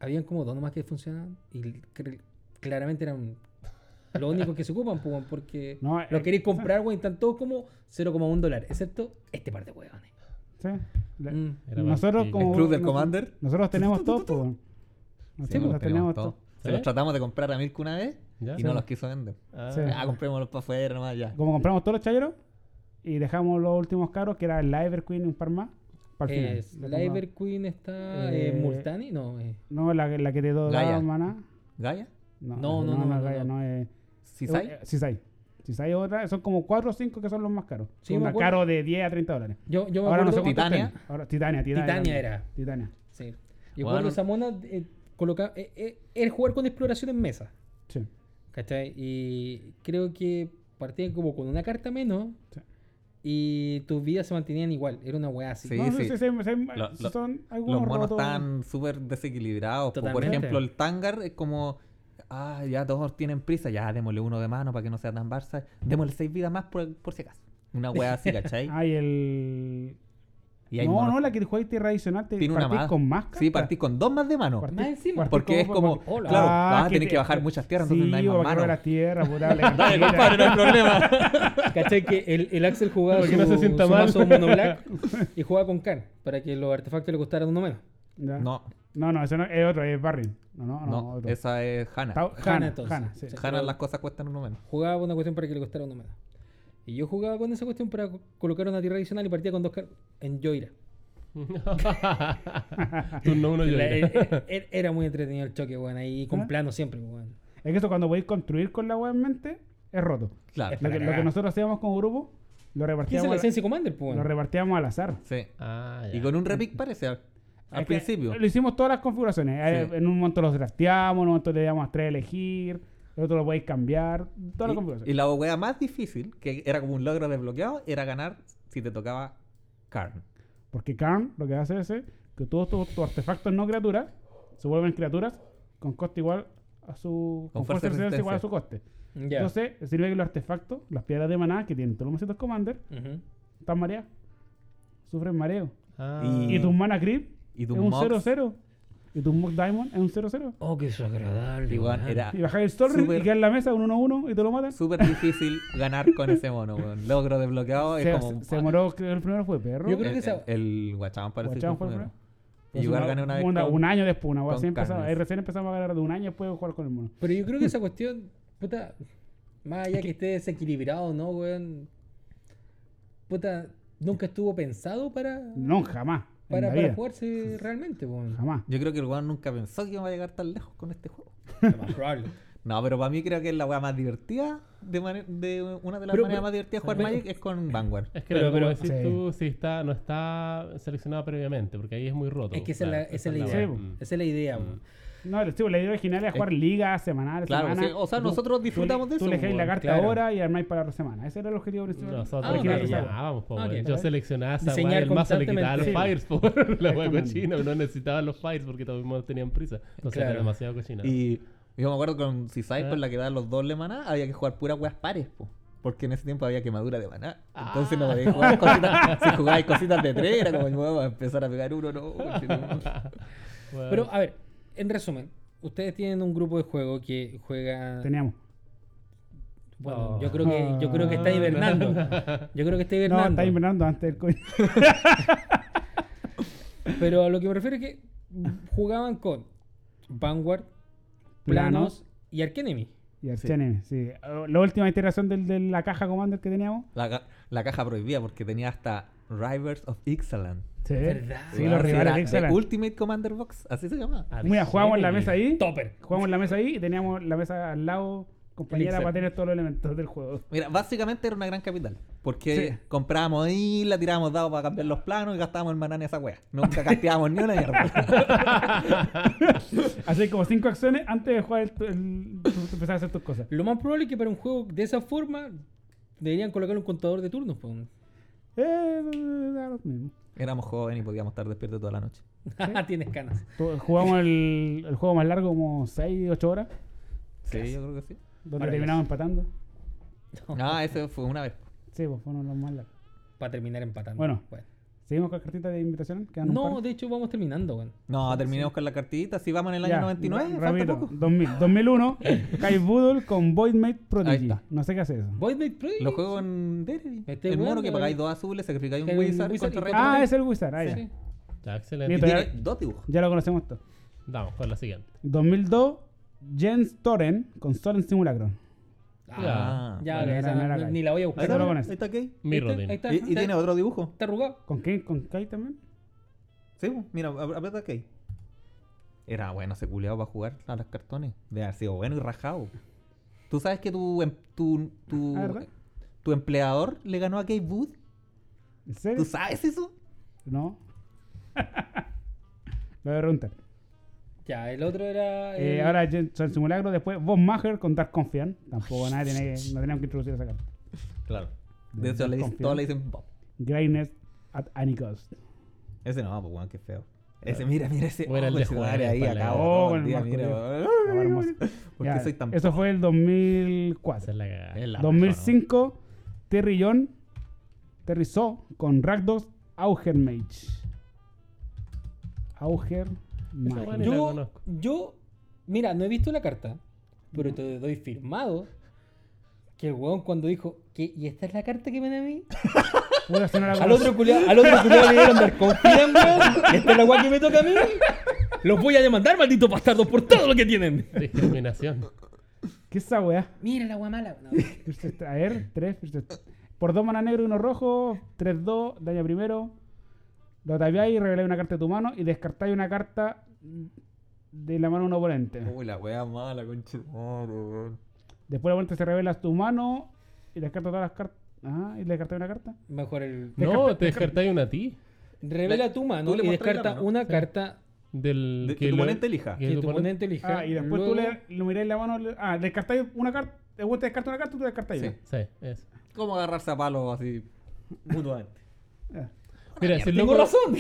habían como dos nomás que funcionaban. Y cre- claramente eran los únicos que se ocupan, pues, weón, porque No, eh, lo queréis comprar, weón, y están todos como 0,1 dólar, excepto este par de huevones. sí. La- Mm. Era nosotros Vanguard. como Club del nos- Commander. nosotros tenemos todo po. nosotros Sí, pues, tenemos tenemos todo todo. ¿Sí? Se los tratamos de comprar a Milk una vez ¿Ya? y no los quiso vender. Ah, Sí. Ah, comprémoslos para afuera nomás ya. como compramos todos los chayeros y dejamos los últimos caros que era el Liver Queen y un par más para el final. Es, Lo la compramos. Ever Queen está. eh, Eh, Multani, no. eh, No, la, que- la que te do- da Gaia. maná. ¿Gaya? No, No, no, no, no, Gaia, no. no eh, es. ¿Sisai? Cisai. Cisai es otra. Son como 4 o 5 que son los más caros. Sí, Son me una acuerdo. caro de 10 a 30 dólares. Yo, yo me Ahora no sé acuerdo. cuánto Titania. están. Ahora, Titania, Titania. Titania era. Titania. Sí. Y Bueno. cuando esa mona eh, coloca- eh, eh, el jugar con exploración en mesa. Sí. ¿Cachai? Y creo que partían como con una carta menos. Sí. Y tus vidas se mantenían igual. Era una weá así. Sí, no, sí. sí, sí, sí, Lo- lo- son algunos Los monos rotos. están súper desequilibrados. po. Por Totalmente. ejemplo, el Tangar es como. Ah, ya todos tienen prisa. Ya démosle uno de mano para que no sea tan Barça. Démosle seis vidas más por, por si acaso. Una wea así, ¿cachai? Ah, y el. Y hay no, monos- no, la que jugáis tradicional te Tiene una partís más. con más Sí, cartas. partís con dos más de mano. Partís- Más encima. partís Porque es como. partís- Hola. Claro, Ah, vas a que tener te- que bajar muchas tierras, entonces no hay Sí, más va a quedar mano. las tierras, puta, la Dale, cantera. compadre, no hay problema. ¿Cachai? Que el, el Axel jugaba Para su, que no se sienta su mal. mazo mono black y jugaba con Khan. Para que los artefactos le costaran uno menos. Ya. No, No, no, eso no es otro, es Barry. No, no, Ah, no. no, otro. esa es Hannah. Tau- Hanna, Hanna, entonces. Hanna, sí. Sí. Hannah las cosas cuestan uno menos. Jugaba una cuestión para que le costara uno menos. Y yo jugaba con esa cuestión para co- colocar una tierra adicional y partía con dos cartas en Joira. Turno uno yo. La- era. e- e- era muy entretenido el choque, weón. Ahí con ¿Ah? plano siempre, weón. Es que eso cuando podéis construir con la web en mente, es roto. Claro. Lo que, lo que nosotros hacíamos con grupo, lo ¿Qué es el repartíamos, al- Sense Commander, pues, lo weón? repartíamos al azar. Sí. Ah, ya. Y con un repic parece al, al Es que principio. Lo hicimos todas las configuraciones. Eh, Sí. En un momento los drafteamos, en un momento le damos a tres a elegir, el otro lo podéis cambiar, todas las Y, y configuraciones. la wea más difícil, que era como un logro desbloqueado, era ganar si te tocaba Karn. Porque Karn lo que hace es eh, que todos tus tus artefactos no criaturas se vuelven criaturas con coste igual a su. Con fuerza y de resistencia igual a resistencia. su coste. Ya. Entonces, eh, sirve que los artefactos, las piedras de maná que tienen todos los macetos Commander, Ujú. están mareadas. Sufren mareo. Ah. Y tus mana creep Y es tus un mobs. 0-0. Y tus mock diamond es un 0-0. Oh, qué desagradable. Y, weón, weón. era Y bajáis el Storm Ah, Súper. y queda en la mesa un 1-1 y te lo matan. súper difícil ganar con ese mono, weón. Logro desbloqueado se, es como... se demoró, creo que el primero fue perro. Yo el, creo que esa- el, el guachán parece que Guachán fue fue primero. primero. Y igual gané una vez Un, con- un año después, una cosa con así empezaba. carnes. Ahí recién empezamos a ganar de un año después de jugar con el mono. Pero yo creo que esa cuestión, puta, más allá que esté desequilibrado, ¿no, weón? Puta, nunca estuvo pensado para, No, jamás. en para, la para vida. jugarse realmente, weón. Jamás. Yo creo que el weón nunca pensó que iba a llegar tan lejos con este juego. Lo más probable. No, pero para mí creo que es la weá más divertida. De mane- de una de las Pero- maneras más divertidas de jugar pero- Magic es con Vanguard. Es que Pero- pero, como pero- decís Sí. tú, si está, no está seleccionado previamente, porque ahí es muy roto. Es que esa es la- esa es la idea. weá. Sí, Mm. Esa es la idea, weón. No, el- sí, la idea original era jugar liga semanal. Eh, Claro, semana. sí, o sea, Tú- nosotros disfrutamos tú, de Tú eso, le dejáis la weón, carta claro. ahora y armáis para la semana. Ese era el objetivo principal. Nosotros Ah, ok, diseñábamos, po, ya. Ah, weón. ok. Yo seleccionaba esa Diseñar weá, el mazo le quitaba los constantemente. fires, po, weón. la weá Exactamente. cochina, no necesitaban los fires porque todos mismos tenían prisa. Entonces Claro. era demasiado cochina. Y yo me acuerdo con Seaside, Ah. con la que daban los dobles maná, había que jugar puras weas pares, po. Porque en ese tiempo había quemadura de maná. Entonces Ah. no podías jugar cositas. si jugabais cositas de tres, era como, "Weón, va a empezar a pegar uno, no. porque no". Weón. Pero, a ver, en resumen, ustedes tienen un grupo de juego que juega. Teníamos. Bueno, Oh. yo creo que, yo creo que está hibernando. Yo creo que está hibernando. No, está inventando antes del COVID. Pero a lo que me refiero es que jugaban con Vanguard, Planos Planos. y Arkenemy. Y Sí. Archenem, sí. La última iteración del- de la caja Commander que teníamos. La, ca- la caja prohibida porque tenía hasta Rivers of Ixalan. Sí, ¿Verdad? sí Weón, los si rivales era de The Ixalan. Ultimate Commander Box, así se llama. Mira, jugábamos en la mesa ahí. Topper. Jugábamos en la mesa ahí y teníamos la mesa al lado, compañera, Elixir. para tener todos los elementos del juego. Mira, básicamente era una gran capital. Porque Sí. comprábamos isla, tirábamos dados para cambiar los planos y gastábamos el maná en esa wea. Nunca casteábamos ni una mierda. Hacer como cinco acciones antes de jugar, el, el- tú empezar a hacer tus cosas. Lo más probable es que para un juego de esa forma deberían colocar un contador de turnos. pues. po. Eh, da lo mismo. Éramos jóvenes y podíamos estar despiertos toda la noche. Tienes canas. Tu- Jugamos el, el juego más largo, como 6, 8 horas, Sí, yo creo que sí. donde terminamos empatando. Ah, eso fue una vez. Sí, pues fueron los más largos. Para terminar empatando. Bueno. Seguimos con la cartita de invitación. ¿Quedan un No, par? de hecho vamos terminando, weón. No, terminemos con la cartita. Si vamos en el año Ya, 99, ra- falta rapidito, poco. 2000, 2001, Kai Boodle con Voidmate Ahí Prodigy. está. No sé qué hace eso. Void Knight Prodigy. Lo juego en Derby. Me estoy El mono jugando, Este que weón. pagáis dos azules, sacrificáis un Hay un wizard, wizard contra y- reto. Ah, es el Wizard. Ah, ya. Sí. Ya, Y Mira, excelente. todavía- tiene dos dibujos. ya lo conocemos todo. Vamos con la siguiente. 2002, Jens Toren con Soren Simulacron. Ah, Ah, ya, bueno, esa era- era no- Kai. ni la voy a Ahí buscar. Solo con está, este. ese. ahí está Key. Mi ¿Viste? Rodin. Ahí está. Y, y tiene otro dibujo. Está arrugado. ¿Con qué? ¿Con Kai también? Sí, pues, mira, ap- aprieta Key. Era bueno ese culeado para jugar a los cartones. De haber sido bueno y rajado. Tú sabes que tu, em- tu, tu, Ah, ¿verdad? tu empleador le ganó a Key Wood. ¿En serio? ¿Tú sabes eso? No. Lo voy a preguntar. Ya, el otro era. Eh, el- ahora Gen- Sol Simulacro, después Von Maher con Dark Confian. Tampoco nadie tiene que, no tenemos que introducir esa carta. Claro. De hecho, le dicen, Confío. todos le dicen Bob. Greatness at any cost. Ese no, pues weón, qué feo. Ese, mira, mira ese. Bueno, el ojo, de ese Juárez, madre ahí, para la- acabó. Oh, todo con el el día, Marco mira, Leo. weón. Ah, hermoso. ¿Por Ya, qué soy tan Eso fue el Esa 2004. es la cagada. Es la 2005, Terry John, Terry So con Rakdos Augermage. Auger Esa weá ni Mage. la Yo, conozco. yo, mira, no he visto la carta, pero te doy firmado que el weón cuando dijo, ¿qué? ¿y esta es la carta que me da a mí? Puta, si no la Al conozco. otro culiado, al otro culiado le dieron desconfían, weón. ¿Esta es la weá que me toca a mí? Los voy a demandar, malditos bastardos, por todo lo que tienen. Discriminación. ¿Qué es esa weá? Mira la weá mala. No. Versus- A ver, 3. Por 2 mana negro y uno rojo. 3-2, daño primero. Lo ataviáis y reveláis una carta de tu mano y descartáis una carta de la mano de un oponente. Uy, la wea mala, conche. Después el oponente se revela tu mano y descarta todas las cartas. Ah, y descartáis una carta. Mejor el. No, te descartáis una a ti. Revela La- tu mano tú le y mostras la descarta mano. una carta Del, De- que tu lo- oponente elija. que que tu tu oponente- oponente elija. Ah, y después tú Luego- le, le miráis la mano. le- ah, descartáis una carta. El oponente descarta una carta y tú descartáis Sí. una. Sí, eso. ¿Cómo agarrarse a palo así mutuamente? Ya. Mira, si el Tengo loco- razón.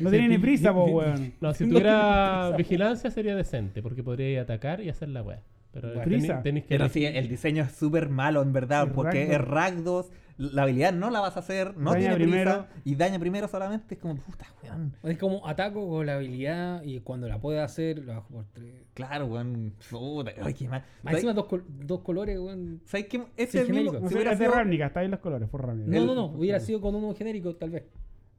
No tiene ni prisa, po, weón. No, si No tuviera vigilancia sería decente, porque podría ir a atacar y hacer la wea. Pero Bueno. tenéis- Prisa. tenéis que. Pero sí, el diseño es súper malo, en verdad, Es porque Ragdos. es Ragdos, la habilidad no la vas a hacer, no Daña tiene primero. prisa, y daña primero solamente, es como, puta, weón. Es como ataco con la habilidad y cuando la pueda hacer, lo bajo por tres. Claro, weón, puta, ay, qué mal. Más encima dos, col- dos colores, weón. ¿Sabes qué? Es Sí, el mismo, genérico. No si sé, hubiera es de sido- Ravnica, está ahí los colores, por Ravnica. No, El- no, no. Hubiera sido con uno genérico, tal vez.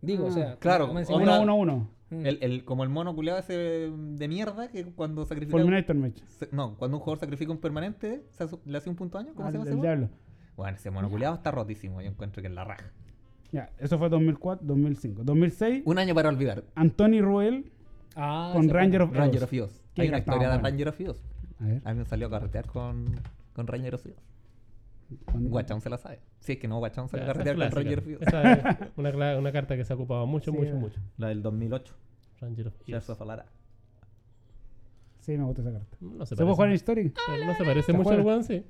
Digo, Ah. o sea. Claro, más encima- onda- Uno, uno, uno. Mm. el- el- como el mono culeado ese de mierda que cuando sacrifica... Fulminator Match. se- no, cuando un jugador sacrifica un permanente, se hace- le hace un punto daño, ¿cómo Ah, se llama del ese weón? diablo. Bueno, ese mono culeado está rotísimo, yo encuentro que es la raja. Ya, eso fue 2004, 2005. 2006, Un año para olvidar, Anthony Ruel Ah, con ese- Ranger of Ranger Eros. of Oz. Qué Hay una gastado, historia de bueno. Ranger of Oz. A ver, Alguien salió a carretear con, con Ranger of Oz. con- Guachón se la sabe. Si es que no, Guachón se Ya, esa la es carretear con clásica. Ranger of Oz. Esa es una, cla- una carta que se ha ocupado mucho, Sí, mucho, verdad. mucho. La del 2008. Ranger of Eos. Shards of Alara. Sí, me gusta esa carta. No se ¿Se puede parece, Ah, jugar en History? pero no se parece ¿Se mucho al juega? weón, sí.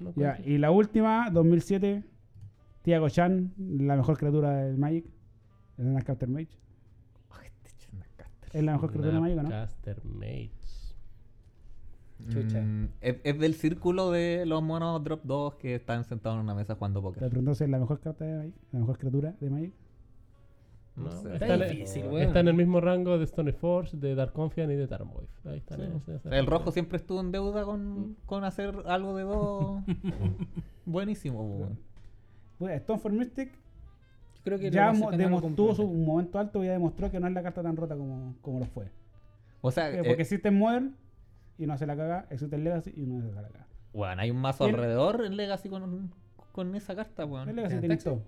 No Ya, cuenta. y la última, 2007, Tiago Chan, la mejor criatura del Magic. Es una Counter Mage. Ay, te eché una casta. Es la mejor criatura del Magic, ¿o ¿no? Snapcaster Mage. Chucha. Mm, es, es del círculo de los monos Drop 2 que están sentados en una mesa jugando Te póker. pregunto si es la mejor carta de Magic, la mejor criatura de Magic. No, sé. está, en- difícil, weón. está en el mismo rango de Stone Forge, de Dark Confiance y de Tarmogoyf. Ahí están. Sí. esos- O esas sea, el cartas. rojo siempre estuvo en deuda con, con hacer algo de dos. Buenísimo, weón. Pues, Stone for Mystic Yo creo que lo ya vas a mo- sacar algo demo- tuvo su completo. momento alto y ya demostró que no es la carta tan rota como, como lo fue. O sea, Eh, porque eh, existe en Modern y no hace la caga, existe en Legacy y no hace la caga. weón, hay un mazo el- alrededor en Legacy con, con esa carta, En weón. Legacy ¿te tiene ataxia? todo.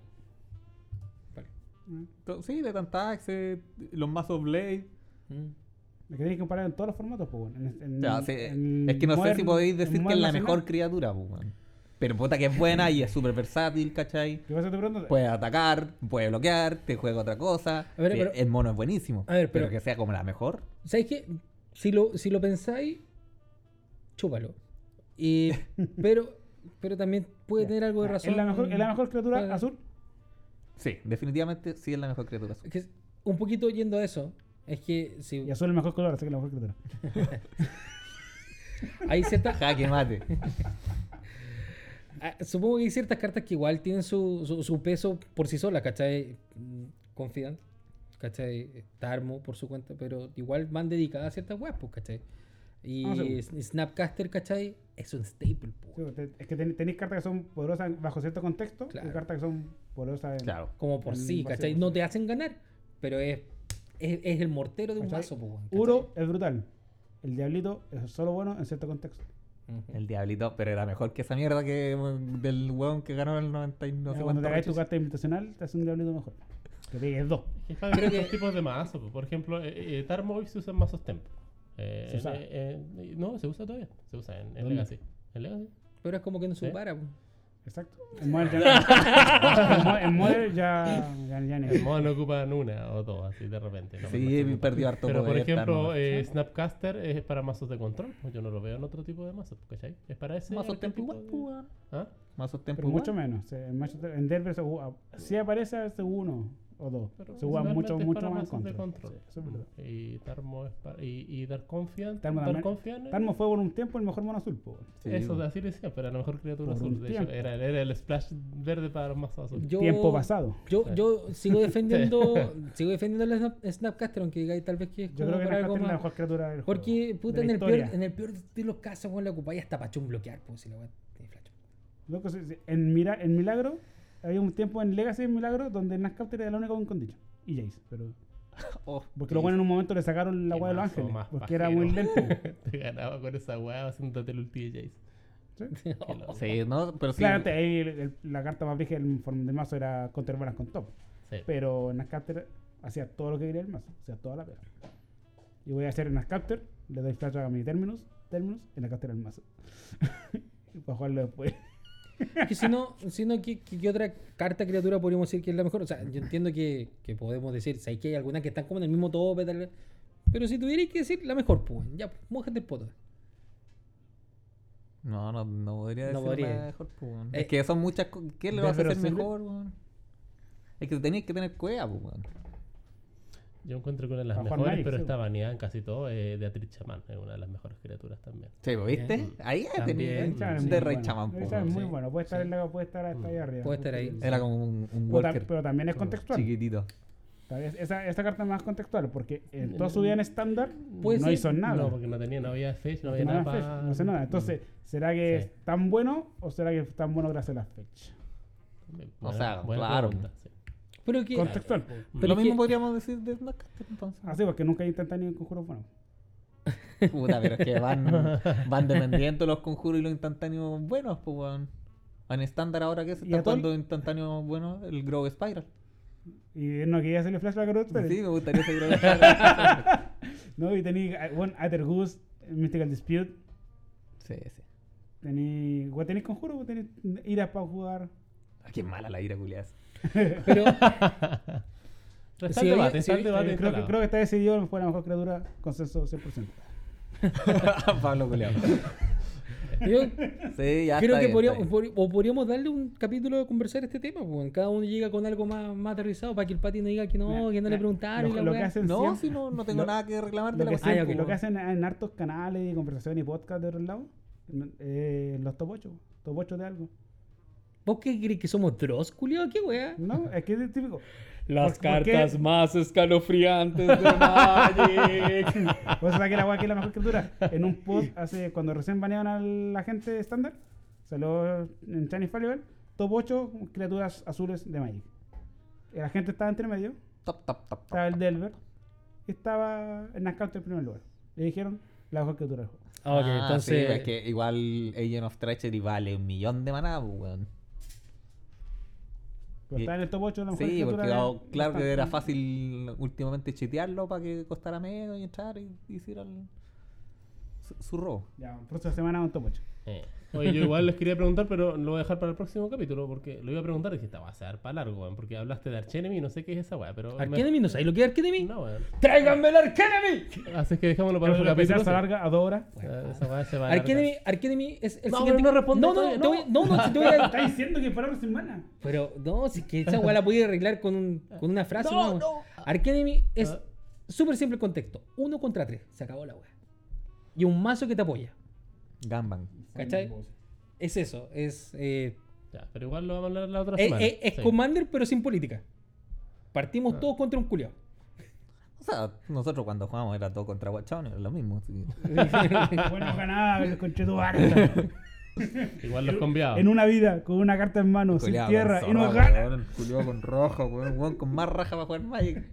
Vale. Mm. To- Sí, de Tantax, eh, los mazos Blade. Mm. Es que tienes que comparar en todos los formatos, pues, bueno. En, en- O sea, sí, eh, en es que no sé si Modern- podéis en decir que es Modern la no hace mejor nada. criatura, pues, weón. Pero puta que es buena y es súper versátil, ¿cachai? Yo por eso te pregunto, Puede atacar, puede bloquear, te juega otra cosa. A ver, Sí, pero- el mono es buenísimo. A ver, pero, pero- que sea como la mejor. ¿Sabes qué? Si lo, si lo pensáis, chúpalo. Y- pero, pero también puede Ya. tener algo de ya, razón. Es la mejor, es la mejor criatura Puede- azul. Sí, definitivamente sí es la mejor criatura. es que un poquito yendo a eso, es que si Y azul es el mejor color, así que la mejor criatura. hay ciertas. Jaque mate. ah, supongo que hay ciertas cartas que igual tienen su, su, su peso por sí solas, ¿cachai? Mm, Confidant, ¿cachai? Tarmo por su cuenta, pero igual van dedicadas a ciertas webs, pues, ¿cachai? Y Ah, seguro. Sn- Snapcaster, ¿cachai? Es un staple, pues. Sí, te- es que ten- tenéis cartas que son poderosas bajo cierto contexto Claro. y cartas que son poderosas en... Claro. como por Mm, sí, vacío, ¿cachai? vacío. No te hacen ganar, pero es, es, es el mortero de un ¿Cachai? mazo, po, weón, ¿cachai? Uro es brutal. El diablito es solo bueno en cierto contexto. Ujú. El diablito, pero era mejor que esa mierda que mm, del weón que ganó el 90 y no Ya, cuando sé cuánto. te hagáis tu rechazo. carta invitacional, te hace un diablito mejor. Que pegues dos. Es que está de distintos tipos de mazo. po. Por ejemplo, eh, eh, Tarmogoyf se usa en mazos tempo. Eh, Se usa. en- eh, en- no, se usa todavía. Se usa en, en ¿Dónde? Legacy. ¿En Legacy? Pero es como que no se ¿Sí? para, pues. po. Exacto. En Modern ya, en Mo- en Modern ya, ya, ya ni- El modo no ocupan una o dos, así de repente. no, no Sí, sé, no. perdió harto Pero por poder, ejemplo, Tarmo. eh, Snapcaster es para mazos de control. pues Yo no lo veo en otro tipo de mazos, ¿cachai? Es para ese. Mazos tempo arquetipo igual, de- pues, weón. ¿Ah? Mazos tempo Pero igual. mucho menos. eh, En, Manchester- en Denver se juega- sí aparece a veces uno o dos. Pero se juega mucho, principalmente es mucho para más en mazos de contra. control. Sí, eso es verdad. Y Tarmo es para. Y, y Dark Confiant. Tarmo Dark también- Confiant es- Tarmo fue por un tiempo el mejor mono azul. po. Sí, Eso, weón. así le decía, pero la mejor criatura Por azul. un De hecho, tiempo. era, era el splash verde para los mazos azules. Yo- Tiempo pasado. Yo, yo sigo defendiendo sigo defendiendo el Snap- Snapcaster, aunque digáis tal vez que es Yo como creo que para Nakata algo es la más. mejor criatura del juego. Porque, puta, de en la el, peor, historia. en el peor de los casos, weón, la ocupáis hasta para bloquear, pues, si la weón tiene flash. Loco, sí, sí, en, Mira- en Milagro, había un tiempo en Legacy en Milagro donde Nascapter era la única con condicho. Y Jace, pero. Oh, Porque los buenos en un momento le sacaron la Qué hueá de los mazo ángeles. más Porque era muy pajero. lento. Te ganaba con esa weá haciéndote el ulti de Jace. Qué loco. Sí, no, pero sí. Claramente, ahí el- el- la carta más vieja del, form- del mazo era contra hermanas con top. Sí, Sí. Pero Nascapter hacía todo lo que quería el mazo, hacía toda la pega. Y voy a hacer Nascapter, le doy flash a mi Terminus, Terminus y Nascapter al mazo. Para jugarlo después. Es que si no, si no ¿qué, qué, qué otra carta criatura podríamos decir que es la mejor? O sea, yo entiendo que, que podemos decir, sabéis que hay algunas que están como en el mismo tope, tal vez. Pero si tuvierais que decir la mejor, pues, ya, pues, mójate el poto. No, no, no podría No decir podría. mejor, po, weón. Eh, es que son muchas co- ¿Qué le vas a pero hacer sirve- mejor, weón? Es que tenías que tener cueva, po, weón. Yo encuentro que una de las Bajo mejores, Magic, pero sí, está po. baneada en casi todo, es Beatriz Chamán. Es una de las mejores criaturas también. Sí, po, ¿viste? Bien. Ahí ya También. tenía. El Shaman es muy de Rey bueno. pues, Shaman, El po, Shaman es muy sí, bueno. Puede estar sí. en la puede estar hasta ahí arriba. Puede estar ahí. Era como un, un Puta, walker pero también es contextual. chiquitito. Tal vez Esa, esa carta es más contextual porque en toda su vida en estándar Puede no ser- hizo nada. No, porque no tenía, no había fetch, no había Nada nada. fetch, pa- no sé nada. Entonces, ¿será que Sí. es tan bueno o será que es tan bueno gracias a las fechas? Buena- O sea, buena claro. pregunta, sí. Pero que. Contextual. pero lo es que- mismo podríamos decir de Snapcaster, entonces. Así, porque nunca intentan ni un conjuro bueno. Puta, pero es que van, van dependiendo los conjuros y los instantáneos buenos, pues, weón. En estándar ahora que se ¿Y a está Tol? jugando instantáneo bueno el Grow Spiral. Y no quería hacerle flash a la Groot, pero- Sí, me gustaría ese Grow Spiral. No, y tení, ah, bueno, Aether Goose, Mystical Dispute. sí, sí. Tení, bueno, tenés conjuro, vos tenés iras para jugar. Ah, qué mala la ira, culiás. Pero, Pero Está Sí, el oye, debate, sí, está el oye, debate. Eh, creo, que, instalado. creo que está decidido, fue la mejor criatura, consenso 100%. Pablo culiao. yo Sí, ya creo está que bien, podríamos, está bien. podri- o podríamos darle un capítulo de conversar este tema, pues. bueno, Cada uno llega con algo más, más aterrizado para que el pati no diga que no, Mira, que no le mira, preguntaron. y Lo, la lo que weá. hacen No, siempre- si no, no tengo lo- nada que reclamar de Lo la que, cuestión, Ah, ya, po, ok. lo que weón. hacen en hartos canales y conversaciones y podcast de otros lados, eh, los top 8, top 8 de algo. ¿Vos qué crees que somos Dross, culiao? ¿Qué weá? No, es que es típico. Las ¿Por- por qué? cartas más escalofriantes de Magic. Por eso saqué la guay que es la mejor criatura. En un post hace, cuando recién banearon a la gente estándar, salió en Chinese Fallible, top 8 criaturas azules de Magic. Eh, La gente estaba entre medio, Top, top, top, top. estaba el Delver, y estaba en Nascapter en primer lugar. Le dijeron la mejor criatura del juego. Ah, ok, Ah, entonces. sí, es que igual Agent of Treachery vale un millón de maná, pues, weón. Pero Y- estaba en el top 8 de la mejor Sí, criatura. porque de- oh, de claro que estándar. era fácil últimamente chitearlo para que costara menos y entrar y hicieran su, su robo. Ya, próxima semana un top 8. Eh. Oye, yo igual les quería preguntar, pero lo voy a dejar para el próximo capítulo, porque lo iba a preguntar y dije, esta va a ser para largo, weón, porque hablaste de Archenemy y no sé qué es esa weá, pero... ¿Arkenemy? ¿No sabéis lo que es Arkenemy? No, weón. ¡Tráiganme el Arkenemy! Así es que dejémoslo para Pero otro la pizarra capítulo. se sí. alarga a dos horas. Eh, Esa weá se va a Arkenemy, alargar. Arkenemy es el No, siguiente. pero no responde no, no, todavía, te voy- no, no, si te voy a. Está diciendo que para la semana. Pero no, si es que esa weá la podía arreglar con, un, con una frase. No, no. Arkenemy es Ah. súper simple el contexto. Uno contra tres. Se acabó la weá. Y un mazo que te apoya. Ganban. ¿Cachai? Es eso. Es, eh, Ya, pero igual lo vamos a hablar la otra eh, semana. eh, es sí. Commander, pero sin política. Partimos todos contra un culiao. O sea, nosotros cuando jugamos era todo contra Guachón, era lo mismo. sí. Bueno, ganaba con Chetu Barca. Igual los conviados. En una vida, con una carta en mano, sin Culeado con tierra, y no zorra, gana. weón, culeado con rojo, weón, weón con más raja para jugar Magic.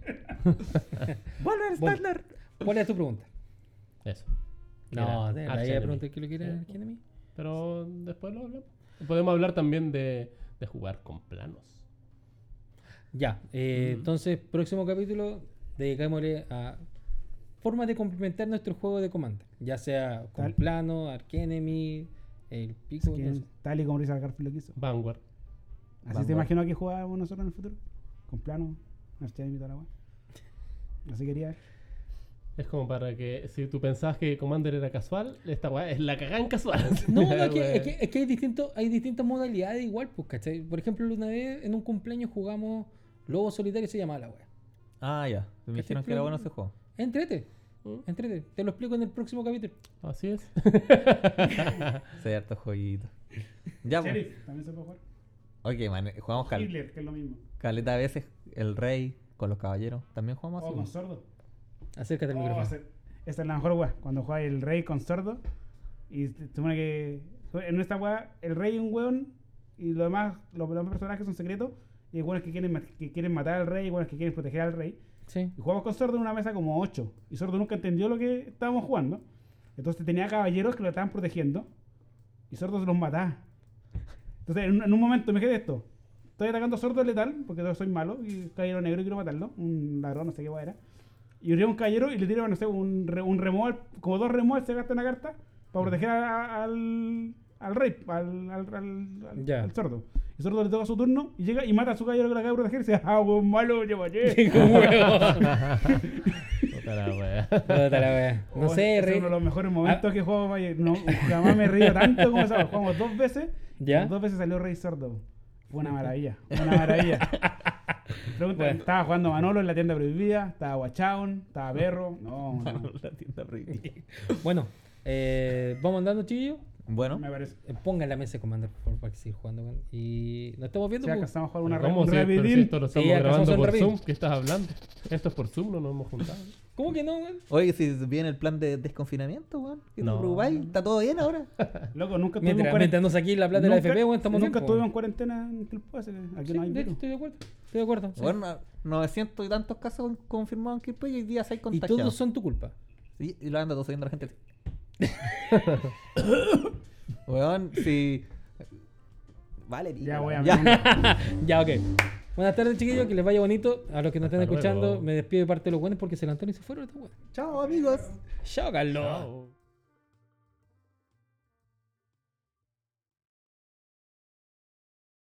bueno, el Bueno. estándar. ¿Cuál es tu pregunta? Eso. No, Era de Arch verdad, ya Enemy. pregunté qué lo que era Sí. Arkenemy. Pero después lo hablamos. Podemos hablar también de, de jugar con planos. Ya, eh, entonces, próximo capítulo, dedicámosle a formas de complementar nuestro juego de Commander. Ya sea con Tal. plano, Arkenemy, el pico. Que, no sé. Tal y como Rizal Garfield lo quiso. Vanguard. Así Vanguard. te imagino que jugábamos nosotros en el futuro. Con plano, Archivos y toda la weá. Así quería. Es como para que si tú pensabas que Commander era casual, esta weá es la cagán casual. No, no, es que, Weá. es que- es que hay, distinto, hay distintas modalidades igual, pues, ¿cachai? Por ejemplo, una vez en un cumpleaños jugamos Lobo Solitario, se llamaba la wea. Ah, ya. Me dijeron que era bueno ese juego. Entrete, Mm. entrete. Te lo explico en el próximo capítulo. Así es. Sí, harto jueguito. Ya, pues. Sheriff, también se puede jugar. Ok, man, jugamos cal- Hitler, que es lo mismo. caleta a veces. El rey con los caballeros. También jugamos O así. Oh, con weón. sordo. Acércate al Oh, micrófono. esa- esa es la mejor weá. Cuando juega el rey con sordo. Y se supone que. En esta weá, el rey es un weón. Y los demás, los demás personajes son secretos. Y hay weones que quieren, ma- que quieren matar al rey. Y weones que quieren proteger al rey. Sí. Y jugamos con Sordo en una mesa como 8. Y Sordo nunca entendió lo que estábamos jugando. Entonces tenía caballeros que lo estaban protegiendo. Y Sordo se los mataba. Entonces, en un, en un momento, me quedé esto. Estoy atacando a Sordo Letal, porque yo soy malo, y un caballero negro y quiero matarlo. Un ladrón, no sé qué va era. Y llega un caballero y le tira, no sé, un, re- un remo, al- como dos remos, él se gasta una carta Mm. para proteger a- a- al, al rey, al, al, al- al- Ya. al sordo. Y sordo le toca su turno y llega y mata a su caballero que lo acaba de proteger y dice, ah, buen malo, yo maté. Digo, weón. Puta la wea. Puta la wea. No Oh, sé, ese re- Ah. Es uno de los mejores momentos que juego. vaya, no, jamás me río tanto como esa. vez. Jugamos dos veces. ¿Ya? Las Dos veces salió Rey Sordo. Fue una maravilla. Una maravilla. Pregunta, Bueno. Estaba jugando Manolo en la tienda prohibida. Estaba Guachaun. Estaba Perro. No, no. La tienda prohibida. Bueno, eh, vamos andando, chiquillos. Bueno, Me parece. Eh, Pongan la mesa de Commander, por favor, para que siga jugando. weón. Y nos estamos viendo. Si pues. alcanzamos a jugar una Pero ¿Cómo un si, pero si rapidín. esto lo Sí, estamos alcanzamos grabando un por rapidín. Zoom? ¿Qué estás hablando? Esto es por Zoom, no nos hemos juntado. ¿Cómo que no, weón? oye, si viene el plan de desconfinamiento, weón. ¿Qué te No. preocupáis? ¿Está todo bien ahora? Loco, nunca tuvimos Mientras, mientras no saqué la plata de la nunca- FP, weón, estamos Nunca bien, po, estuvimos weón. en cuarentena en el club. Así que aquí Sí, no hay de hecho, virus. estoy de acuerdo. Estoy de acuerdo. sí. Bueno, 900 y tantos casos con- confirmados en Quilpue y hoy día y 6 contagiados. todos son tu culpa. Sí, y lo anda todo subiendo la gente. Weón, si. Vale, Ya voy a ver. Ya, ok. Buenas tardes, chiquillos. Que les vaya bonito. A los que nos están Hasta escuchando, luego. me despido de parte de los buenos porque se levantaron y se fueron. estos weones. Chao, amigos. Chao, Carlos. Chao.